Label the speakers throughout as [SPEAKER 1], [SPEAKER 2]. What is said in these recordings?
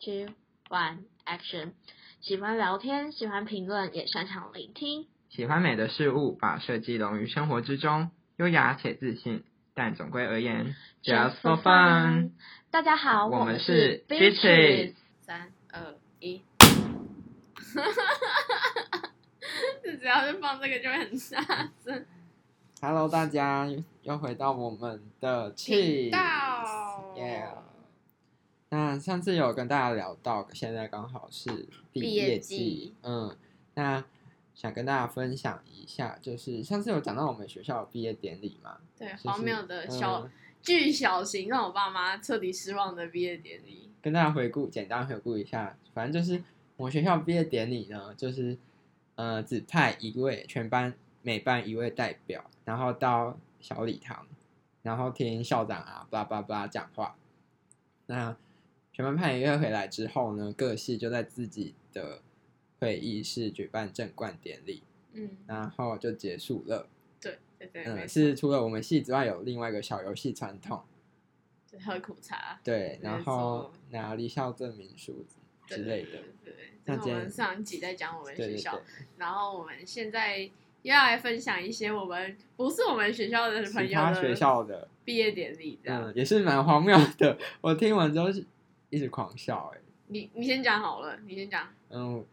[SPEAKER 1] two one action。喜欢聊天，喜欢评论，也擅长聆听。
[SPEAKER 2] 喜欢美的事物，把设计融于生活之中，优雅且自信。但总归而言，just for fun。
[SPEAKER 1] 大家好，
[SPEAKER 2] 我
[SPEAKER 1] 们
[SPEAKER 2] 们是
[SPEAKER 1] Bitches
[SPEAKER 2] Bitches。
[SPEAKER 3] 三二 一，就只要是放这个就会很大声。
[SPEAKER 2] Hello，大家又回到我们的
[SPEAKER 3] 频
[SPEAKER 2] Cheese。
[SPEAKER 3] 道
[SPEAKER 2] Yeah 那上次有跟大家聊到，现在刚好是毕
[SPEAKER 3] 毕业
[SPEAKER 2] 季，
[SPEAKER 3] 季
[SPEAKER 2] 嗯，那想跟大家分享一下，就是上次有讲到我们学校的毕业典礼嘛，
[SPEAKER 3] 对，
[SPEAKER 2] 就是
[SPEAKER 3] 荒谬的小
[SPEAKER 2] 嗯
[SPEAKER 3] 巨小型让我爸妈彻底失望的毕业典礼。
[SPEAKER 2] 跟大家回顾，简单回顾一下，反正就是我们学校毕业典礼呢，就是呃只派一位全班每班一位代表，然后到小礼堂，然后听校长啊叭叭叭讲话。那全班派一位回来之后呢，各系就在自己的会议室举办正冠典礼，
[SPEAKER 3] 嗯，
[SPEAKER 2] 然后就结束了。
[SPEAKER 3] 对对对，没错
[SPEAKER 2] 嗯，是除了我们系之外，有另外一个小游戏传统，
[SPEAKER 3] 就喝苦茶
[SPEAKER 2] 对，
[SPEAKER 3] 没
[SPEAKER 2] 然后
[SPEAKER 3] 错
[SPEAKER 2] 拿离校证明书之类的。。
[SPEAKER 3] 对对对对，
[SPEAKER 2] 那
[SPEAKER 3] 这是我
[SPEAKER 2] 今天
[SPEAKER 3] 们上一集在讲我们
[SPEAKER 2] 对
[SPEAKER 3] 学
[SPEAKER 2] 对
[SPEAKER 3] 校
[SPEAKER 2] 对，
[SPEAKER 3] 然后我们现在又要来分享一些我们不是我们学校的朋
[SPEAKER 2] 其
[SPEAKER 3] 友
[SPEAKER 2] 他
[SPEAKER 3] 的
[SPEAKER 2] 学校的，
[SPEAKER 3] 毕业典礼这样。
[SPEAKER 2] 嗯，也是蛮荒谬的。我听完之后是一直狂笑、欸，
[SPEAKER 3] 你你先讲好了，你先讲。
[SPEAKER 2] 嗯，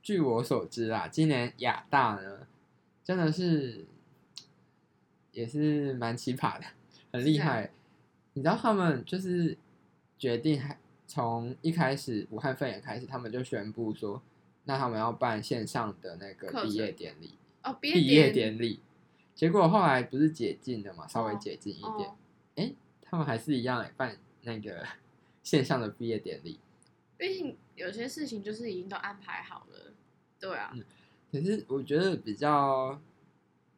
[SPEAKER 2] 据我所知啊，今年亚大呢，真的是也是蛮奇葩的，很厉害。你知道他们就是决定还从一开始武汉肺炎开始，他们就宣布说，那他们要办线上的那
[SPEAKER 3] 课
[SPEAKER 2] 个
[SPEAKER 3] 程
[SPEAKER 2] 毕业典礼，
[SPEAKER 3] 哦，毕
[SPEAKER 2] 毕业
[SPEAKER 3] 典
[SPEAKER 2] 典礼。结果后来不是解禁了嘛，稍微
[SPEAKER 3] 哦
[SPEAKER 2] 解禁一点，
[SPEAKER 3] 哦，
[SPEAKER 2] 他们还是一样来办那个 线上的毕业典礼。
[SPEAKER 3] 毕竟有些事情就是已经都安排好了。对
[SPEAKER 2] 嗯
[SPEAKER 3] 啊，
[SPEAKER 2] 可是我觉得比较，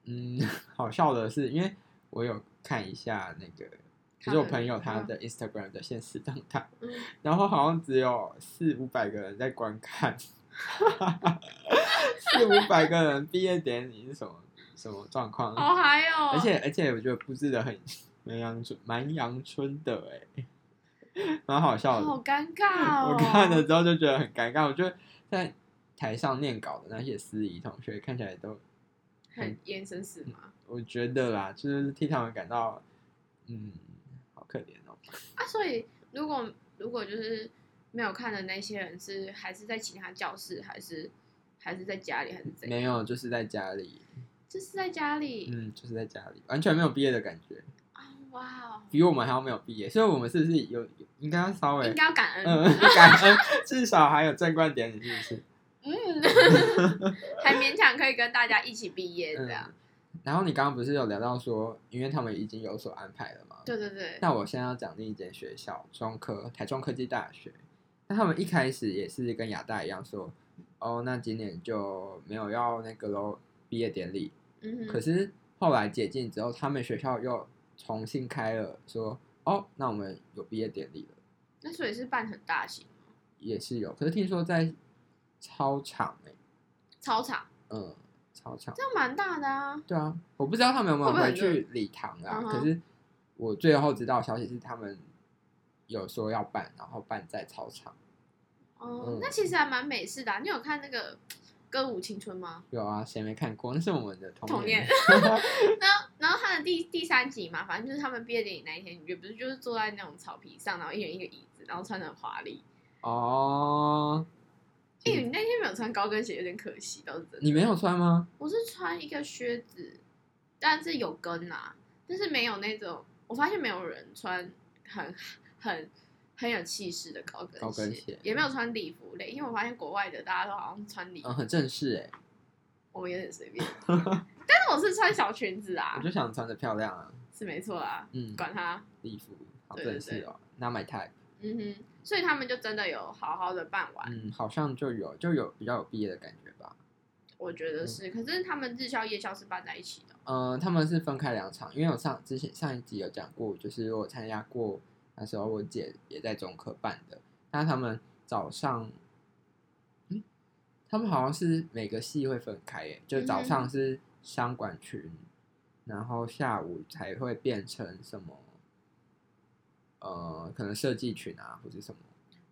[SPEAKER 2] 嗯， 好笑的是，因为我有看一下那个，就
[SPEAKER 3] 他
[SPEAKER 2] 是我
[SPEAKER 3] 们
[SPEAKER 2] 朋友他的 Instagram 的现实动态，
[SPEAKER 3] 嗯，
[SPEAKER 2] 然后好像只有四五百个人在观看， 四五百个人毕业典礼是什么什么状况？
[SPEAKER 3] 好嗨哦！
[SPEAKER 2] 而且而且我觉得布置的很蛮阳春蛮阳春的哎、 蛮好笑的。
[SPEAKER 3] 好尴尬哦。
[SPEAKER 2] 嗯我看了之后就觉得很尴尬，我觉得在台上念稿的那些司仪同学看起来都，
[SPEAKER 3] 很眼神死
[SPEAKER 2] 嗯
[SPEAKER 3] 嘛。
[SPEAKER 2] 我觉得啦，就是替他们感到，嗯，好可怜哦。
[SPEAKER 3] 啊，所以如果如果就是没有看的那些人是还是在其他教室，还是还是在家里，还是怎样？
[SPEAKER 2] 没有，就是在家里，
[SPEAKER 3] 就是在家里。
[SPEAKER 2] 嗯，就是在家里，完全没有毕业的感觉，
[SPEAKER 3] 啊，哇哦，
[SPEAKER 2] 比我们还要没有毕业，所以我们是不是有应该要稍微
[SPEAKER 3] 应，该要感恩。
[SPEAKER 2] 嗯， 感恩，至少还有正冠典礼，是不是？
[SPEAKER 3] 嗯，还勉强可以跟大家一起毕业这样。
[SPEAKER 2] 嗯。然后你刚刚不是有聊到说，因为他们已经有所安排了嘛？
[SPEAKER 3] 对对对，
[SPEAKER 2] 那我现在要讲另一间学校，中科，台中科技大学。那他们一开始也是跟亚大一样说，哦，那今年就没有要那个喽毕业典礼。
[SPEAKER 3] 嗯
[SPEAKER 2] 可
[SPEAKER 3] 哼，
[SPEAKER 2] 是后来解禁之后，他们学校又重新开了，说，哦，那我们有毕业典礼了，
[SPEAKER 3] 那所以是办很大型
[SPEAKER 2] 也是有。可是听说在操场诶、
[SPEAKER 3] 操场，
[SPEAKER 2] 嗯，操场
[SPEAKER 3] 这，样蛮大的啊。
[SPEAKER 2] 对啊，我不知道他们有没有
[SPEAKER 3] 会不会
[SPEAKER 2] 回
[SPEAKER 3] 很热
[SPEAKER 2] 去礼堂啦。
[SPEAKER 3] 嗯哼
[SPEAKER 2] 可是我最后知道的消息是他们有说要办，然后办在操场。
[SPEAKER 3] 哦
[SPEAKER 2] 嗯，
[SPEAKER 3] 那其实还蛮美式的、啊。你有看那个《歌舞青春》吗？
[SPEAKER 2] 有啊，谁没看过？那是我们的童
[SPEAKER 3] 童
[SPEAKER 2] 年。
[SPEAKER 3] 然后，然后他的第第三集嘛，反正就是他们毕业典礼那一天，你就不是就是坐在那种草皮上，然后一人一个椅子，然后穿的很华丽。
[SPEAKER 2] 嗯哦，
[SPEAKER 3] 哎、你那天没有穿高跟鞋，有点可惜，倒是真的。
[SPEAKER 2] 你没有穿吗？
[SPEAKER 3] 我是穿一个靴子，但是有跟啊，但是没有那种，我发现没有人穿很很很有气势的高跟鞋，
[SPEAKER 2] 高跟鞋
[SPEAKER 3] 也没有穿礼服类，因为我发现国外的大家都好像穿礼服，
[SPEAKER 2] 嗯，很正式哎、
[SPEAKER 3] 我们有点 随便，但是我是穿小裙子
[SPEAKER 2] 我
[SPEAKER 3] 啊，
[SPEAKER 2] 就想穿的漂亮啊，
[SPEAKER 3] 是没错啦，
[SPEAKER 2] 嗯，
[SPEAKER 3] 管他，
[SPEAKER 2] 礼服好
[SPEAKER 3] 对对
[SPEAKER 2] 正式哦，那买台，
[SPEAKER 3] 嗯哼，所以他们就真的有好好的办完，
[SPEAKER 2] 嗯，好像就有就有比较有毕业的感觉吧。
[SPEAKER 3] 我觉得是，可是他们日校夜校是办在一起的，
[SPEAKER 2] 嗯、他们是分开两场，因为我上之前上一集有讲过，就是我参加过那时候我姐也在中科办的，那他们早上，嗯，他们好像是每个系会分开耶，就早
[SPEAKER 3] 嗯
[SPEAKER 2] 上
[SPEAKER 3] 哼
[SPEAKER 2] 是商管群，然后下午才会变成什么，呃，可能设计群啊或者什么，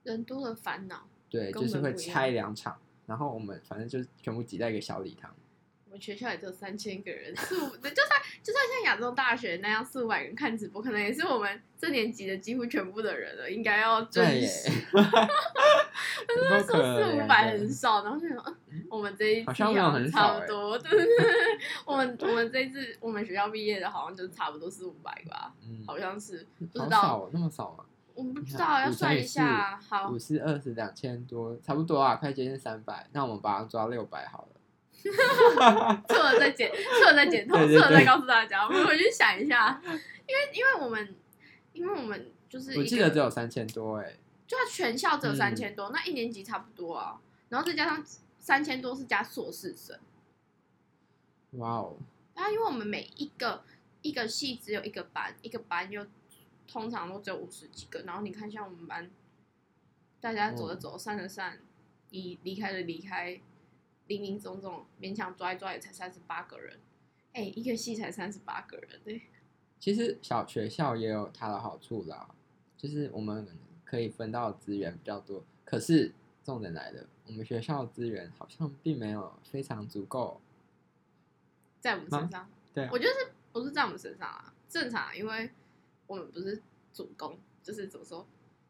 [SPEAKER 3] 人多的烦恼，
[SPEAKER 2] 对，
[SPEAKER 3] 根
[SPEAKER 2] 就是
[SPEAKER 3] 本
[SPEAKER 2] 会
[SPEAKER 3] 不一
[SPEAKER 2] 拆
[SPEAKER 3] 样
[SPEAKER 2] 两场，然后我们反正就是全部挤在一个小礼堂。
[SPEAKER 3] 我们学校也只有三千个人，四五，对就算就算像亚洲大学那样四五百人看直播，可能也是我们这年级的几乎全部的人了，应该要
[SPEAKER 2] 对
[SPEAKER 3] 珍
[SPEAKER 2] 耶
[SPEAKER 3] 惜。，
[SPEAKER 2] 有
[SPEAKER 3] 他说
[SPEAKER 2] 够可
[SPEAKER 3] 四
[SPEAKER 2] 怜
[SPEAKER 3] 五百
[SPEAKER 2] 的
[SPEAKER 3] 很少，然后就想，嗯，我们这一次
[SPEAKER 2] 好像没有很
[SPEAKER 3] 差
[SPEAKER 2] 少
[SPEAKER 3] 不
[SPEAKER 2] 欸
[SPEAKER 3] 多，对对对，我们我们这一次我们学校毕业的，好像就差不多四五百吧，
[SPEAKER 2] 嗯，
[SPEAKER 3] 好像是哦不
[SPEAKER 2] 好
[SPEAKER 3] 知
[SPEAKER 2] 少
[SPEAKER 3] 道，
[SPEAKER 2] 哦，那么少吗？
[SPEAKER 3] 我们不知
[SPEAKER 2] 你
[SPEAKER 3] 道
[SPEAKER 2] 看
[SPEAKER 3] 要
[SPEAKER 2] 五
[SPEAKER 3] 算
[SPEAKER 2] 乘以
[SPEAKER 3] 一下，好
[SPEAKER 2] 五，四二十两千多，差不多啊，快接近三百。那我们把它抓六百好了。
[SPEAKER 3] 错了再剪，错了再 剪头，
[SPEAKER 2] 对对
[SPEAKER 3] 错了再
[SPEAKER 2] 对
[SPEAKER 3] 告诉大家，我们回去想一 下，因为因为我们因为我们就是
[SPEAKER 2] 我
[SPEAKER 3] 一
[SPEAKER 2] 记
[SPEAKER 3] 个
[SPEAKER 2] 得只有三千多哎，
[SPEAKER 3] 就他全校只有
[SPEAKER 2] 嗯
[SPEAKER 3] 三千多，那一年级差不多啊，然后再加上三千多是加硕士生，
[SPEAKER 2] 哇哦，
[SPEAKER 3] 啊，因为我们每一个一个系只有一个班，一个班又通常都只有五十几个，然后你看像我们班，大家走的
[SPEAKER 2] 嗯
[SPEAKER 3] 走，散的散，离离开的离开，零零总总勉强抓一抓也才三十八个人，哎、一个系才三十八个人哎、
[SPEAKER 2] 其实小学校也有它的好处啦，就是我们可以分到的资源比较多。可是重点来了，我们学校的资源好像并没有非常足够。
[SPEAKER 3] 在我们身上，
[SPEAKER 2] 对啊
[SPEAKER 3] 我觉得是不是在我们身上啊？正常啊，因为我们不是主攻，就是怎么说，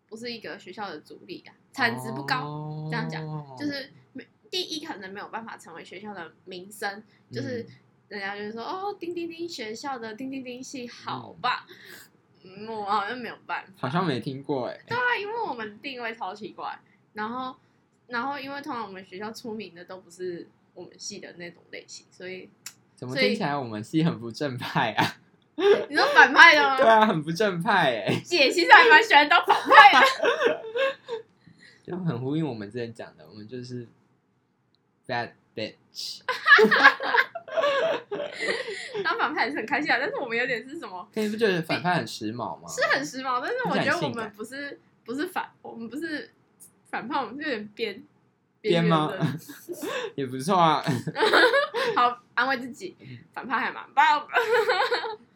[SPEAKER 3] 不是一个学校的主力啊，产值不高，
[SPEAKER 2] 哦、
[SPEAKER 3] 这样讲就是没第一可能没有办法成为学校的名声，就是
[SPEAKER 2] 嗯
[SPEAKER 3] 人家就说、哦，叮叮叮学校的叮叮叮系好棒，嗯，我好像没有办法，
[SPEAKER 2] 好像没听过哎。
[SPEAKER 3] 对啊，因为我们定位超奇怪，然后然后因为通常我们学校出名的都不是我们系的那种类型，所以
[SPEAKER 2] 怎么
[SPEAKER 3] 所以
[SPEAKER 2] 听起来我们系很不正派啊？
[SPEAKER 3] 你说反派的吗？
[SPEAKER 2] 对啊，很不正派哎、
[SPEAKER 3] 姐其实还蛮喜欢当反派的。
[SPEAKER 2] 就很呼应我们之前讲的，我们就是 bad bitch。
[SPEAKER 3] 当反派也是很开心啊，但是我们有点是什么，
[SPEAKER 2] 但你不觉得反派很时髦吗？
[SPEAKER 3] 是很时髦，但是我觉
[SPEAKER 2] 听起
[SPEAKER 3] 得我
[SPEAKER 2] 来很性
[SPEAKER 3] 们
[SPEAKER 2] 感
[SPEAKER 3] 不是不是反，我们不是反派，我们是有点边
[SPEAKER 2] 编吗
[SPEAKER 3] 边缘的
[SPEAKER 2] 也不错啊。
[SPEAKER 3] 好，安慰自己，反派还蛮棒的。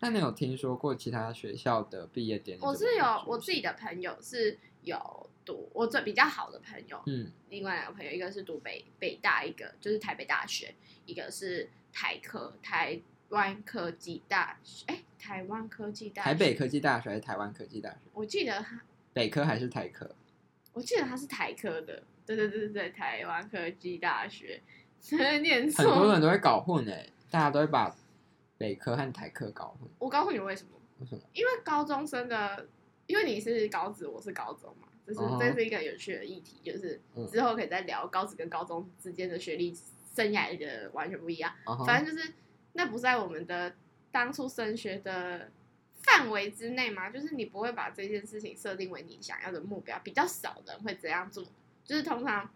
[SPEAKER 2] 那你有听说过其他学校的毕业典礼？
[SPEAKER 3] 我是有我，自己的朋友是有读，我最比较好的朋友，
[SPEAKER 2] 嗯，
[SPEAKER 3] 另外两个朋友，一个是读北北大，一个就是台北大学，一个是台科台湾科技大学，哎、台湾科技大学，
[SPEAKER 2] 台北科技大学还是台湾科技大学？
[SPEAKER 3] 我记得他
[SPEAKER 2] 北科还是台科？
[SPEAKER 3] 我记得他是台科的，对对对对对，台湾科技大学，念
[SPEAKER 2] 很多人
[SPEAKER 3] 错。
[SPEAKER 2] 都会搞混哎、大家都会把北科和台科搞混。
[SPEAKER 3] 我告诉你为什么，
[SPEAKER 2] 为什么？
[SPEAKER 3] 因为高中生的，因为你是高职，我是高中嘛，就是
[SPEAKER 2] 嗯哼
[SPEAKER 3] 这是一个有趣的议题，就是
[SPEAKER 2] 嗯
[SPEAKER 3] 之后可以再聊高职跟高中之间的学历生涯的完全不一样。
[SPEAKER 2] 啊哈
[SPEAKER 3] 反正就是那不在我们的当初升学的范围之内嘛，就是你不会把这件事情设定为你想要的目标，比较少人会这样做。就是通常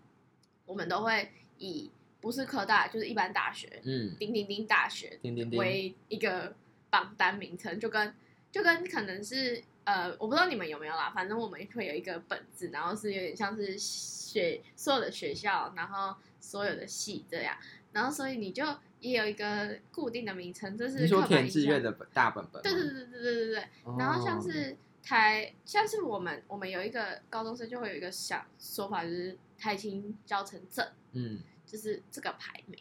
[SPEAKER 3] 我们都会以不是科大就是一般大学，
[SPEAKER 2] 嗯，
[SPEAKER 3] 叮叮叮大学
[SPEAKER 2] 叮叮叮，
[SPEAKER 3] 为一个榜单名称，就跟就跟可能是呃，我不知道你们有没有啦，反正我们会有一个本子，然后是有点像是学所有的学校，然后所有的系这样，然后所以你就也有一个固定的名称，这
[SPEAKER 2] 你
[SPEAKER 3] 是
[SPEAKER 2] 说
[SPEAKER 3] 刻板
[SPEAKER 2] 填
[SPEAKER 3] 印
[SPEAKER 2] 志
[SPEAKER 3] 象。
[SPEAKER 2] 愿的大本本吗？
[SPEAKER 3] 对对对对对对对，
[SPEAKER 2] 哦
[SPEAKER 3] 然后像是台，像是我们我们有一个高中生就会有一个想说法，就是他已经教成正，
[SPEAKER 2] 嗯，
[SPEAKER 3] 就是这个排名。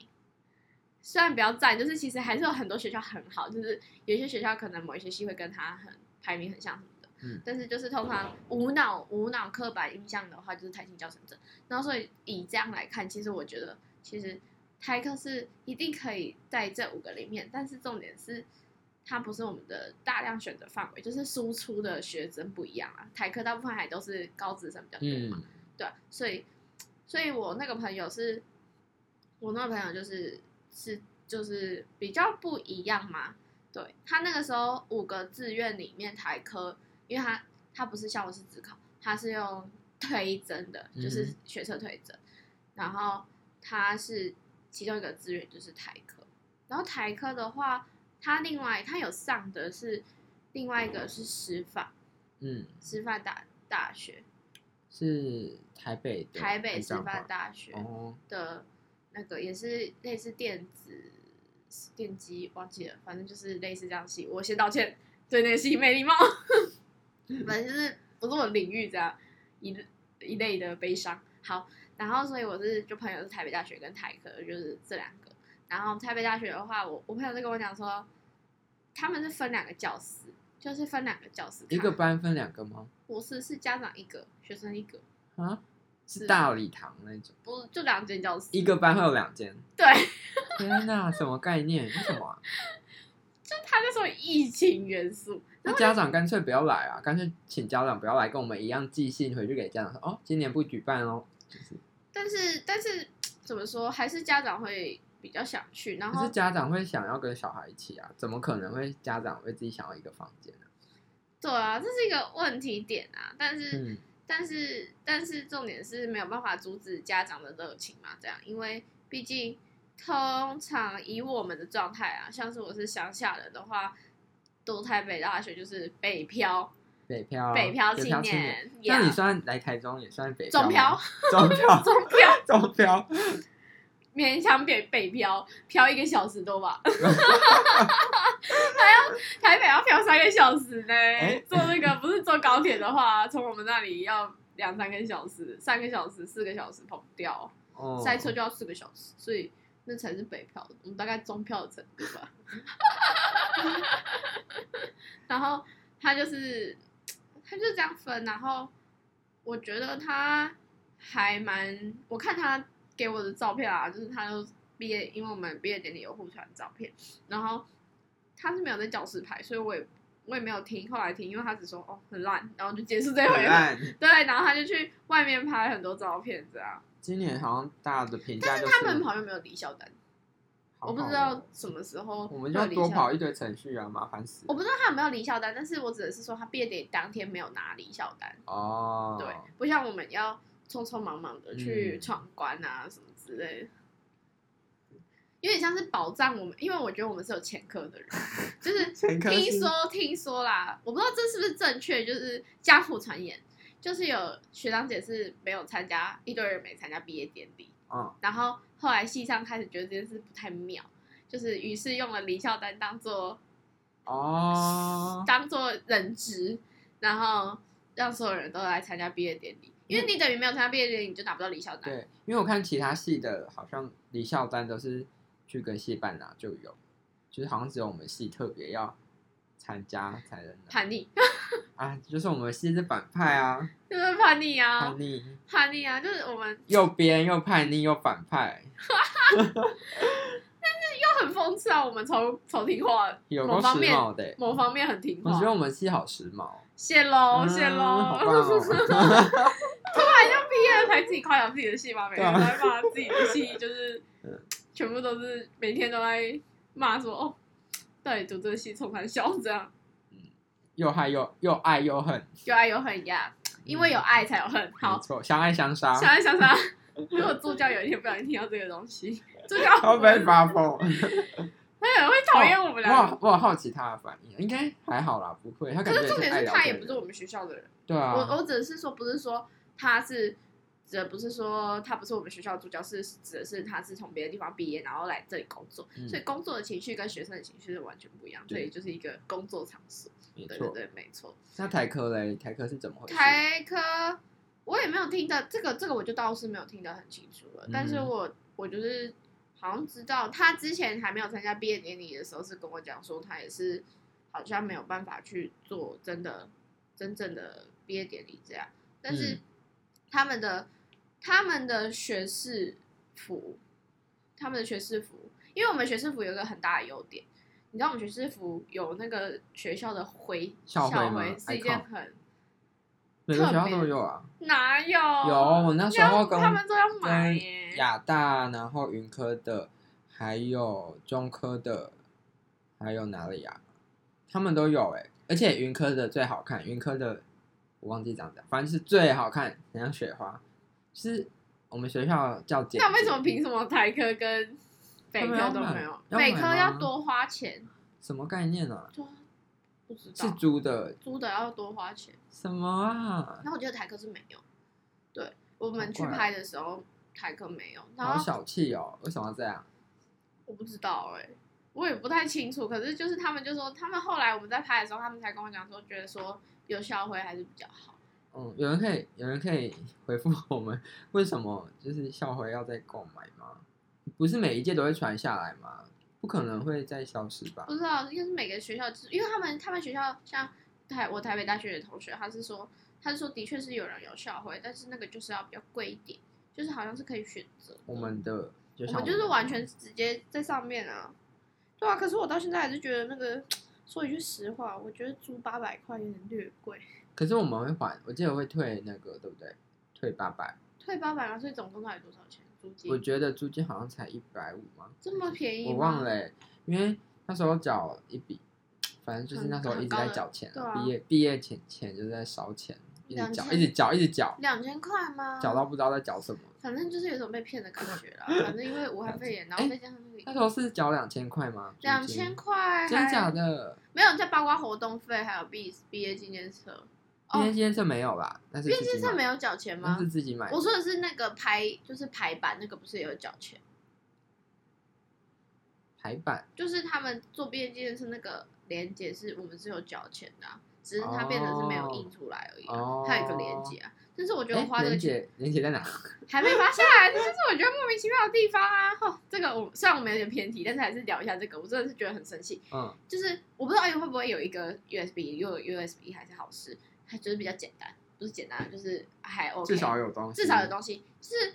[SPEAKER 3] 虽然比较赞，就是其实还是有很多学校很好，就是有一些学校可能某一些系会跟它很排名很像什么的，
[SPEAKER 2] 嗯
[SPEAKER 3] 但是就是通常无脑无脑刻板印象的话，就是台青教成正，然后所以以这样来看，其实我觉得其实台科是一定可以在这五个里面，但是重点是它不是我们的大量选择范围，就是输出的学生不一样啊，台科大部分还都是高职生比较多嘛，
[SPEAKER 2] 嗯，
[SPEAKER 3] 对，啊所以，所以我那个朋友是，我那个朋友就是是就是比较不一样嘛。对他那个时候五个志愿里面台科，因为他他不是校是自考，他是用 推甄的，就是
[SPEAKER 2] 嗯
[SPEAKER 3] 学测推甄，然后他是其中一个志愿就是台科，然后台科的话，他另外他有上的是另外一个是师范，
[SPEAKER 2] 嗯，
[SPEAKER 3] 师范大大学，
[SPEAKER 2] 是台北的
[SPEAKER 3] 台北师
[SPEAKER 2] 彰化
[SPEAKER 3] 范大学，
[SPEAKER 2] 哦，
[SPEAKER 3] 的那个也是类似电子电机，忘记了，反正就是类似这样系。我先道歉， 对那个系没礼貌，反正就是不是我领域这样。以一类的悲伤。好，然后所以我是就朋友是台北大学跟台科，就是这两个。然后台北大学的话，我我朋友就跟我讲说，他们是分两个教室，就是分两个教室开，
[SPEAKER 2] 一个班分两个吗？
[SPEAKER 3] 不是是家长一个，学生一个，
[SPEAKER 2] 啊，是
[SPEAKER 3] 是
[SPEAKER 2] 大礼堂那种，
[SPEAKER 3] 不是就两间教室。
[SPEAKER 2] 一个班会有两间。
[SPEAKER 3] 对，
[SPEAKER 2] 天哪，什么概念？为什么啊、
[SPEAKER 3] 就他那时候疫情元素，
[SPEAKER 2] 那家长干脆不要来啊，干脆请家长不要来，跟我们一样寄信回去给家长说，哦，今年不举办哦。就是
[SPEAKER 3] 但是但是怎么说，还是家长会比较想去，然
[SPEAKER 2] 可
[SPEAKER 3] 后
[SPEAKER 2] 是家长会想要跟小孩一起啊，怎么可能会家长会自己想要一个房间呢、
[SPEAKER 3] 对啊，这是一个问题点啊，但是。
[SPEAKER 2] 嗯，
[SPEAKER 3] 但是但是重点是没有办法阻止家长的热情嘛，这样，因为毕竟通常以我们的状态啊，像是我是乡下人的话，读台北大学就是北漂，
[SPEAKER 2] 啊北漂，
[SPEAKER 3] 北漂
[SPEAKER 2] 青
[SPEAKER 3] 青
[SPEAKER 2] 年。
[SPEAKER 3] 年，
[SPEAKER 2] 那你
[SPEAKER 3] yeah，
[SPEAKER 2] 算来台中也算北
[SPEAKER 3] 中漂
[SPEAKER 2] 漂吗， 中
[SPEAKER 3] 中
[SPEAKER 2] 漂，
[SPEAKER 3] 漂，
[SPEAKER 2] 中漂，
[SPEAKER 3] 勉强北北漂，漂一个小时多吧，还要台北要漂三个小时呢，
[SPEAKER 2] 哎
[SPEAKER 3] 坐那个不是坐高铁的话，从我们那里要两三个小时，三个小时四个小时跑不掉。
[SPEAKER 2] 哦，
[SPEAKER 3] 塞车就要四个小时，所以那才是北漂，我们大概中漂的程度吧。 然后他就是，他就这样分，然后我觉得他还蛮，我看他给我的照片啊，就是他就毕业，因为我们毕业典礼有互传照片，然后他是没有在教室拍，所以我也我也没有听，后来听，因为他只说哦很烂，然后就结束这回
[SPEAKER 2] 很
[SPEAKER 3] 合。
[SPEAKER 2] 烂。
[SPEAKER 3] 对，然后他就去外面拍很多照片，这样。
[SPEAKER 2] 今年好像大家的评价
[SPEAKER 3] 但
[SPEAKER 2] 就是是
[SPEAKER 3] 他们好像没有离校单，
[SPEAKER 2] 好
[SPEAKER 3] 我不
[SPEAKER 2] 好
[SPEAKER 3] 知
[SPEAKER 2] 玩
[SPEAKER 3] 道什么时候
[SPEAKER 2] 我们就
[SPEAKER 3] 会
[SPEAKER 2] 要
[SPEAKER 3] 有离哦
[SPEAKER 2] 多
[SPEAKER 3] 校
[SPEAKER 2] 跑一堆程序啊，麻烦死
[SPEAKER 3] 我。不知道他有没有离校单，但是我指的是说他毕业典礼当天没有拿离校单，
[SPEAKER 2] 哦，
[SPEAKER 3] 对，不像我们要匆匆忙忙的去
[SPEAKER 2] 嗯
[SPEAKER 3] 闯关啊、什么之类的，有点像是保障我们，因为我觉得我们是有前科的人，就是
[SPEAKER 2] 前科
[SPEAKER 3] 听
[SPEAKER 2] 是
[SPEAKER 3] 说听说啦，我不知道这是不是正确，就是家父传言，就是有学长姐是没有参加，一堆人没参加毕业典礼，
[SPEAKER 2] 嗯，
[SPEAKER 3] 然后后来系上开始觉得这件事不太妙，就是于是用了离校单当做
[SPEAKER 2] 哦，
[SPEAKER 3] 当做人质，然后让所有人都来参加毕业典礼，因为你等于没有参加毕业典礼，你就拿不到离校单。
[SPEAKER 2] 嗯对，因为我看其他系的，好像离校单都是去跟系办拿就有，就是好像只有我们系特别要参加才能拿
[SPEAKER 3] 叛逆，
[SPEAKER 2] 啊，就是我们系是反派啊，
[SPEAKER 3] 就是叛逆啊
[SPEAKER 2] 叛，逆，
[SPEAKER 3] 叛逆啊，就是我们
[SPEAKER 2] 右边又叛逆又反派，
[SPEAKER 3] 都很讽刺啊，我们从从听话
[SPEAKER 2] 有够
[SPEAKER 3] 某
[SPEAKER 2] 时
[SPEAKER 3] 方面
[SPEAKER 2] 髦的欸。
[SPEAKER 3] 某方面很听
[SPEAKER 2] 我觉
[SPEAKER 3] 话
[SPEAKER 2] 得，我们系好时髦，
[SPEAKER 3] 谢喽
[SPEAKER 2] 嗯
[SPEAKER 3] 谢
[SPEAKER 2] 好
[SPEAKER 3] 喽，
[SPEAKER 2] 棒哦！
[SPEAKER 3] 毕业了才自己夸奖自己的戏嘛，每个人都
[SPEAKER 2] 对啊
[SPEAKER 3] 在骂自己的戏，就是
[SPEAKER 2] 嗯
[SPEAKER 3] 全部都是每天都在骂说哦，到底读这个戏冲他笑这样，
[SPEAKER 2] 又害又又爱又恨，
[SPEAKER 3] 有爱有恨呀，因为有爱才有恨。
[SPEAKER 2] 没
[SPEAKER 3] 好，
[SPEAKER 2] 错，相爱相杀，
[SPEAKER 3] 想来想想，如果助教有一天不小心听到这个东西，助教
[SPEAKER 2] 会不会发疯？
[SPEAKER 3] 他也会讨厌我们
[SPEAKER 2] 我
[SPEAKER 3] 俩
[SPEAKER 2] 好。我好好奇他的反应，应该还好啦，不会。他
[SPEAKER 3] 可
[SPEAKER 2] 感觉
[SPEAKER 3] 是重点
[SPEAKER 2] 爱
[SPEAKER 3] 是
[SPEAKER 2] 聊
[SPEAKER 3] 他
[SPEAKER 2] 天
[SPEAKER 3] 也
[SPEAKER 2] 的
[SPEAKER 3] 不是我们学校的人，
[SPEAKER 2] 对啊，
[SPEAKER 3] 我哦我只是说不是说他是。指的不是说他不是我们学校的助教，是指的是他是从别的地方毕业，然后来这里工作，
[SPEAKER 2] 嗯
[SPEAKER 3] 所以工作的情绪跟学生的情绪是完全不一样，
[SPEAKER 2] 对
[SPEAKER 3] 所以就是一个工作场所。
[SPEAKER 2] 没
[SPEAKER 3] 对对
[SPEAKER 2] 错。
[SPEAKER 3] 对，没错。
[SPEAKER 2] 那台科嘞，台科是怎么回事？
[SPEAKER 3] 台科我也没有听的，这个这个我就倒是没有听得很清楚了，
[SPEAKER 2] 嗯
[SPEAKER 3] 但是我我就是好像知道他之前还没有参加毕业典礼的时候，是跟我讲说他也是好像没有办法去做真的真正的毕业典礼这样，但是
[SPEAKER 2] 嗯
[SPEAKER 3] 他们的、他们的学士服，他们的学士服，因为我们学士服有一个很大的优点。你知道我们学士服有那个学校的徽，
[SPEAKER 2] 校
[SPEAKER 3] 校
[SPEAKER 2] 徽吗
[SPEAKER 3] 徽是一件很
[SPEAKER 2] 每个学校
[SPEAKER 3] 特别
[SPEAKER 2] 都有啊，
[SPEAKER 3] 哪有？
[SPEAKER 2] 有。我那时候跟
[SPEAKER 3] 他们都要买
[SPEAKER 2] 跟
[SPEAKER 3] 耶。
[SPEAKER 2] 亚大，然后云科的，还有中科的，还有哪里啊？他们都有哎、而且云科的最好看，云科的我忘记长怎样，反正是最好看，很像雪花，是我们学校叫姐姐。
[SPEAKER 3] 那为什么凭什么台科跟北科都没有？
[SPEAKER 2] 他们要买
[SPEAKER 3] 北
[SPEAKER 2] 要
[SPEAKER 3] 科
[SPEAKER 2] 买吗
[SPEAKER 3] 要多花钱，
[SPEAKER 2] 什么概念啊？
[SPEAKER 3] 对啊不知
[SPEAKER 2] 是
[SPEAKER 3] 道
[SPEAKER 2] 租的
[SPEAKER 3] 租的要多花钱。
[SPEAKER 2] 什么啊？
[SPEAKER 3] 然后我觉得台科是没有，对我们去
[SPEAKER 2] 好怪哦
[SPEAKER 3] 拍的时候台科没有，然
[SPEAKER 2] 好
[SPEAKER 3] 后
[SPEAKER 2] 小气哦！为什么要这样？
[SPEAKER 3] 我不知道哎、我也不太清楚。可是就是他们就说，他们后来我们在拍的时候，他们才跟我讲说，觉得说有校徽还是比较好。
[SPEAKER 2] 嗯，有人可以有人可以回复我们， 为什么就是校徽要再购买吗？不是每一届都会传下来吗？不可能会再消失吧
[SPEAKER 3] 不？知道，应该是每个学校，因为他们他们学校像台我台北大学的同学，他是说他是说的确是有人有校徽，但是那个就是要比较贵一点，就是好像是可以选择的。
[SPEAKER 2] 我们的就
[SPEAKER 3] 我
[SPEAKER 2] 像
[SPEAKER 3] 们就是完全直接在上面啊，对啊。可是我到现在还是觉得那个，说一句实话，我觉得租八百块有点略贵，
[SPEAKER 2] 可是我们会还，我记得会退那个，对不对？退八百，
[SPEAKER 3] 退八百嘛，啊所以总共到底多少钱？租
[SPEAKER 2] 我
[SPEAKER 3] 金
[SPEAKER 2] 觉得租金好像才一百五吗？
[SPEAKER 3] 这么便宜吗？
[SPEAKER 2] 我忘了、欸，因为那时候缴一笔，反正就是那时候一直在缴钱、
[SPEAKER 3] 很高的对啊
[SPEAKER 2] 毕业毕业前前就在烧钱，一直缴，
[SPEAKER 3] 2000
[SPEAKER 2] 一直缴，一直缴，
[SPEAKER 3] 两千块吗？
[SPEAKER 2] 缴到不知道在缴什么。
[SPEAKER 3] 反正就是有种被骗的感觉啦。反正因为武汉肺炎，然后再加上那个
[SPEAKER 2] 那时候是缴两千块吗？租金
[SPEAKER 3] 两千，块，
[SPEAKER 2] 哎真假
[SPEAKER 3] 还
[SPEAKER 2] 的？
[SPEAKER 3] 没有，再包括活动费，还有毕毕业纪念册。
[SPEAKER 2] 毕
[SPEAKER 3] 哦
[SPEAKER 2] 业，纪念册没有啦，但是
[SPEAKER 3] 毕业纪
[SPEAKER 2] 自己
[SPEAKER 3] 念册
[SPEAKER 2] 买
[SPEAKER 3] 没有缴钱吗
[SPEAKER 2] 那是？自己买的。
[SPEAKER 3] 我说的是那个排，就是排版那个，不是也有缴钱？
[SPEAKER 2] 排版，
[SPEAKER 3] 就是他们做毕业纪念册那个连接是我们是有缴钱的啊、只是它变成是没有印出来而已、啊。
[SPEAKER 2] 哦
[SPEAKER 3] 还有一个连接啊，但是我觉得
[SPEAKER 2] 哎
[SPEAKER 3] 我花，这个
[SPEAKER 2] 莲
[SPEAKER 3] 钱
[SPEAKER 2] 姐，莲姐在哪？
[SPEAKER 3] 还没发下来，这就是我觉得莫名其妙的地方啊！吼，这个我虽然我们有点偏题，但是还是聊一下这个，我真的是觉得很生气。
[SPEAKER 2] 嗯，
[SPEAKER 3] 就是我不知道会不会有一个 USB，又有 USB 还是好事，它就是比较简单，不是简单，啊就是还 OK，啊
[SPEAKER 2] 至少有东西，
[SPEAKER 3] 至少有东西，就是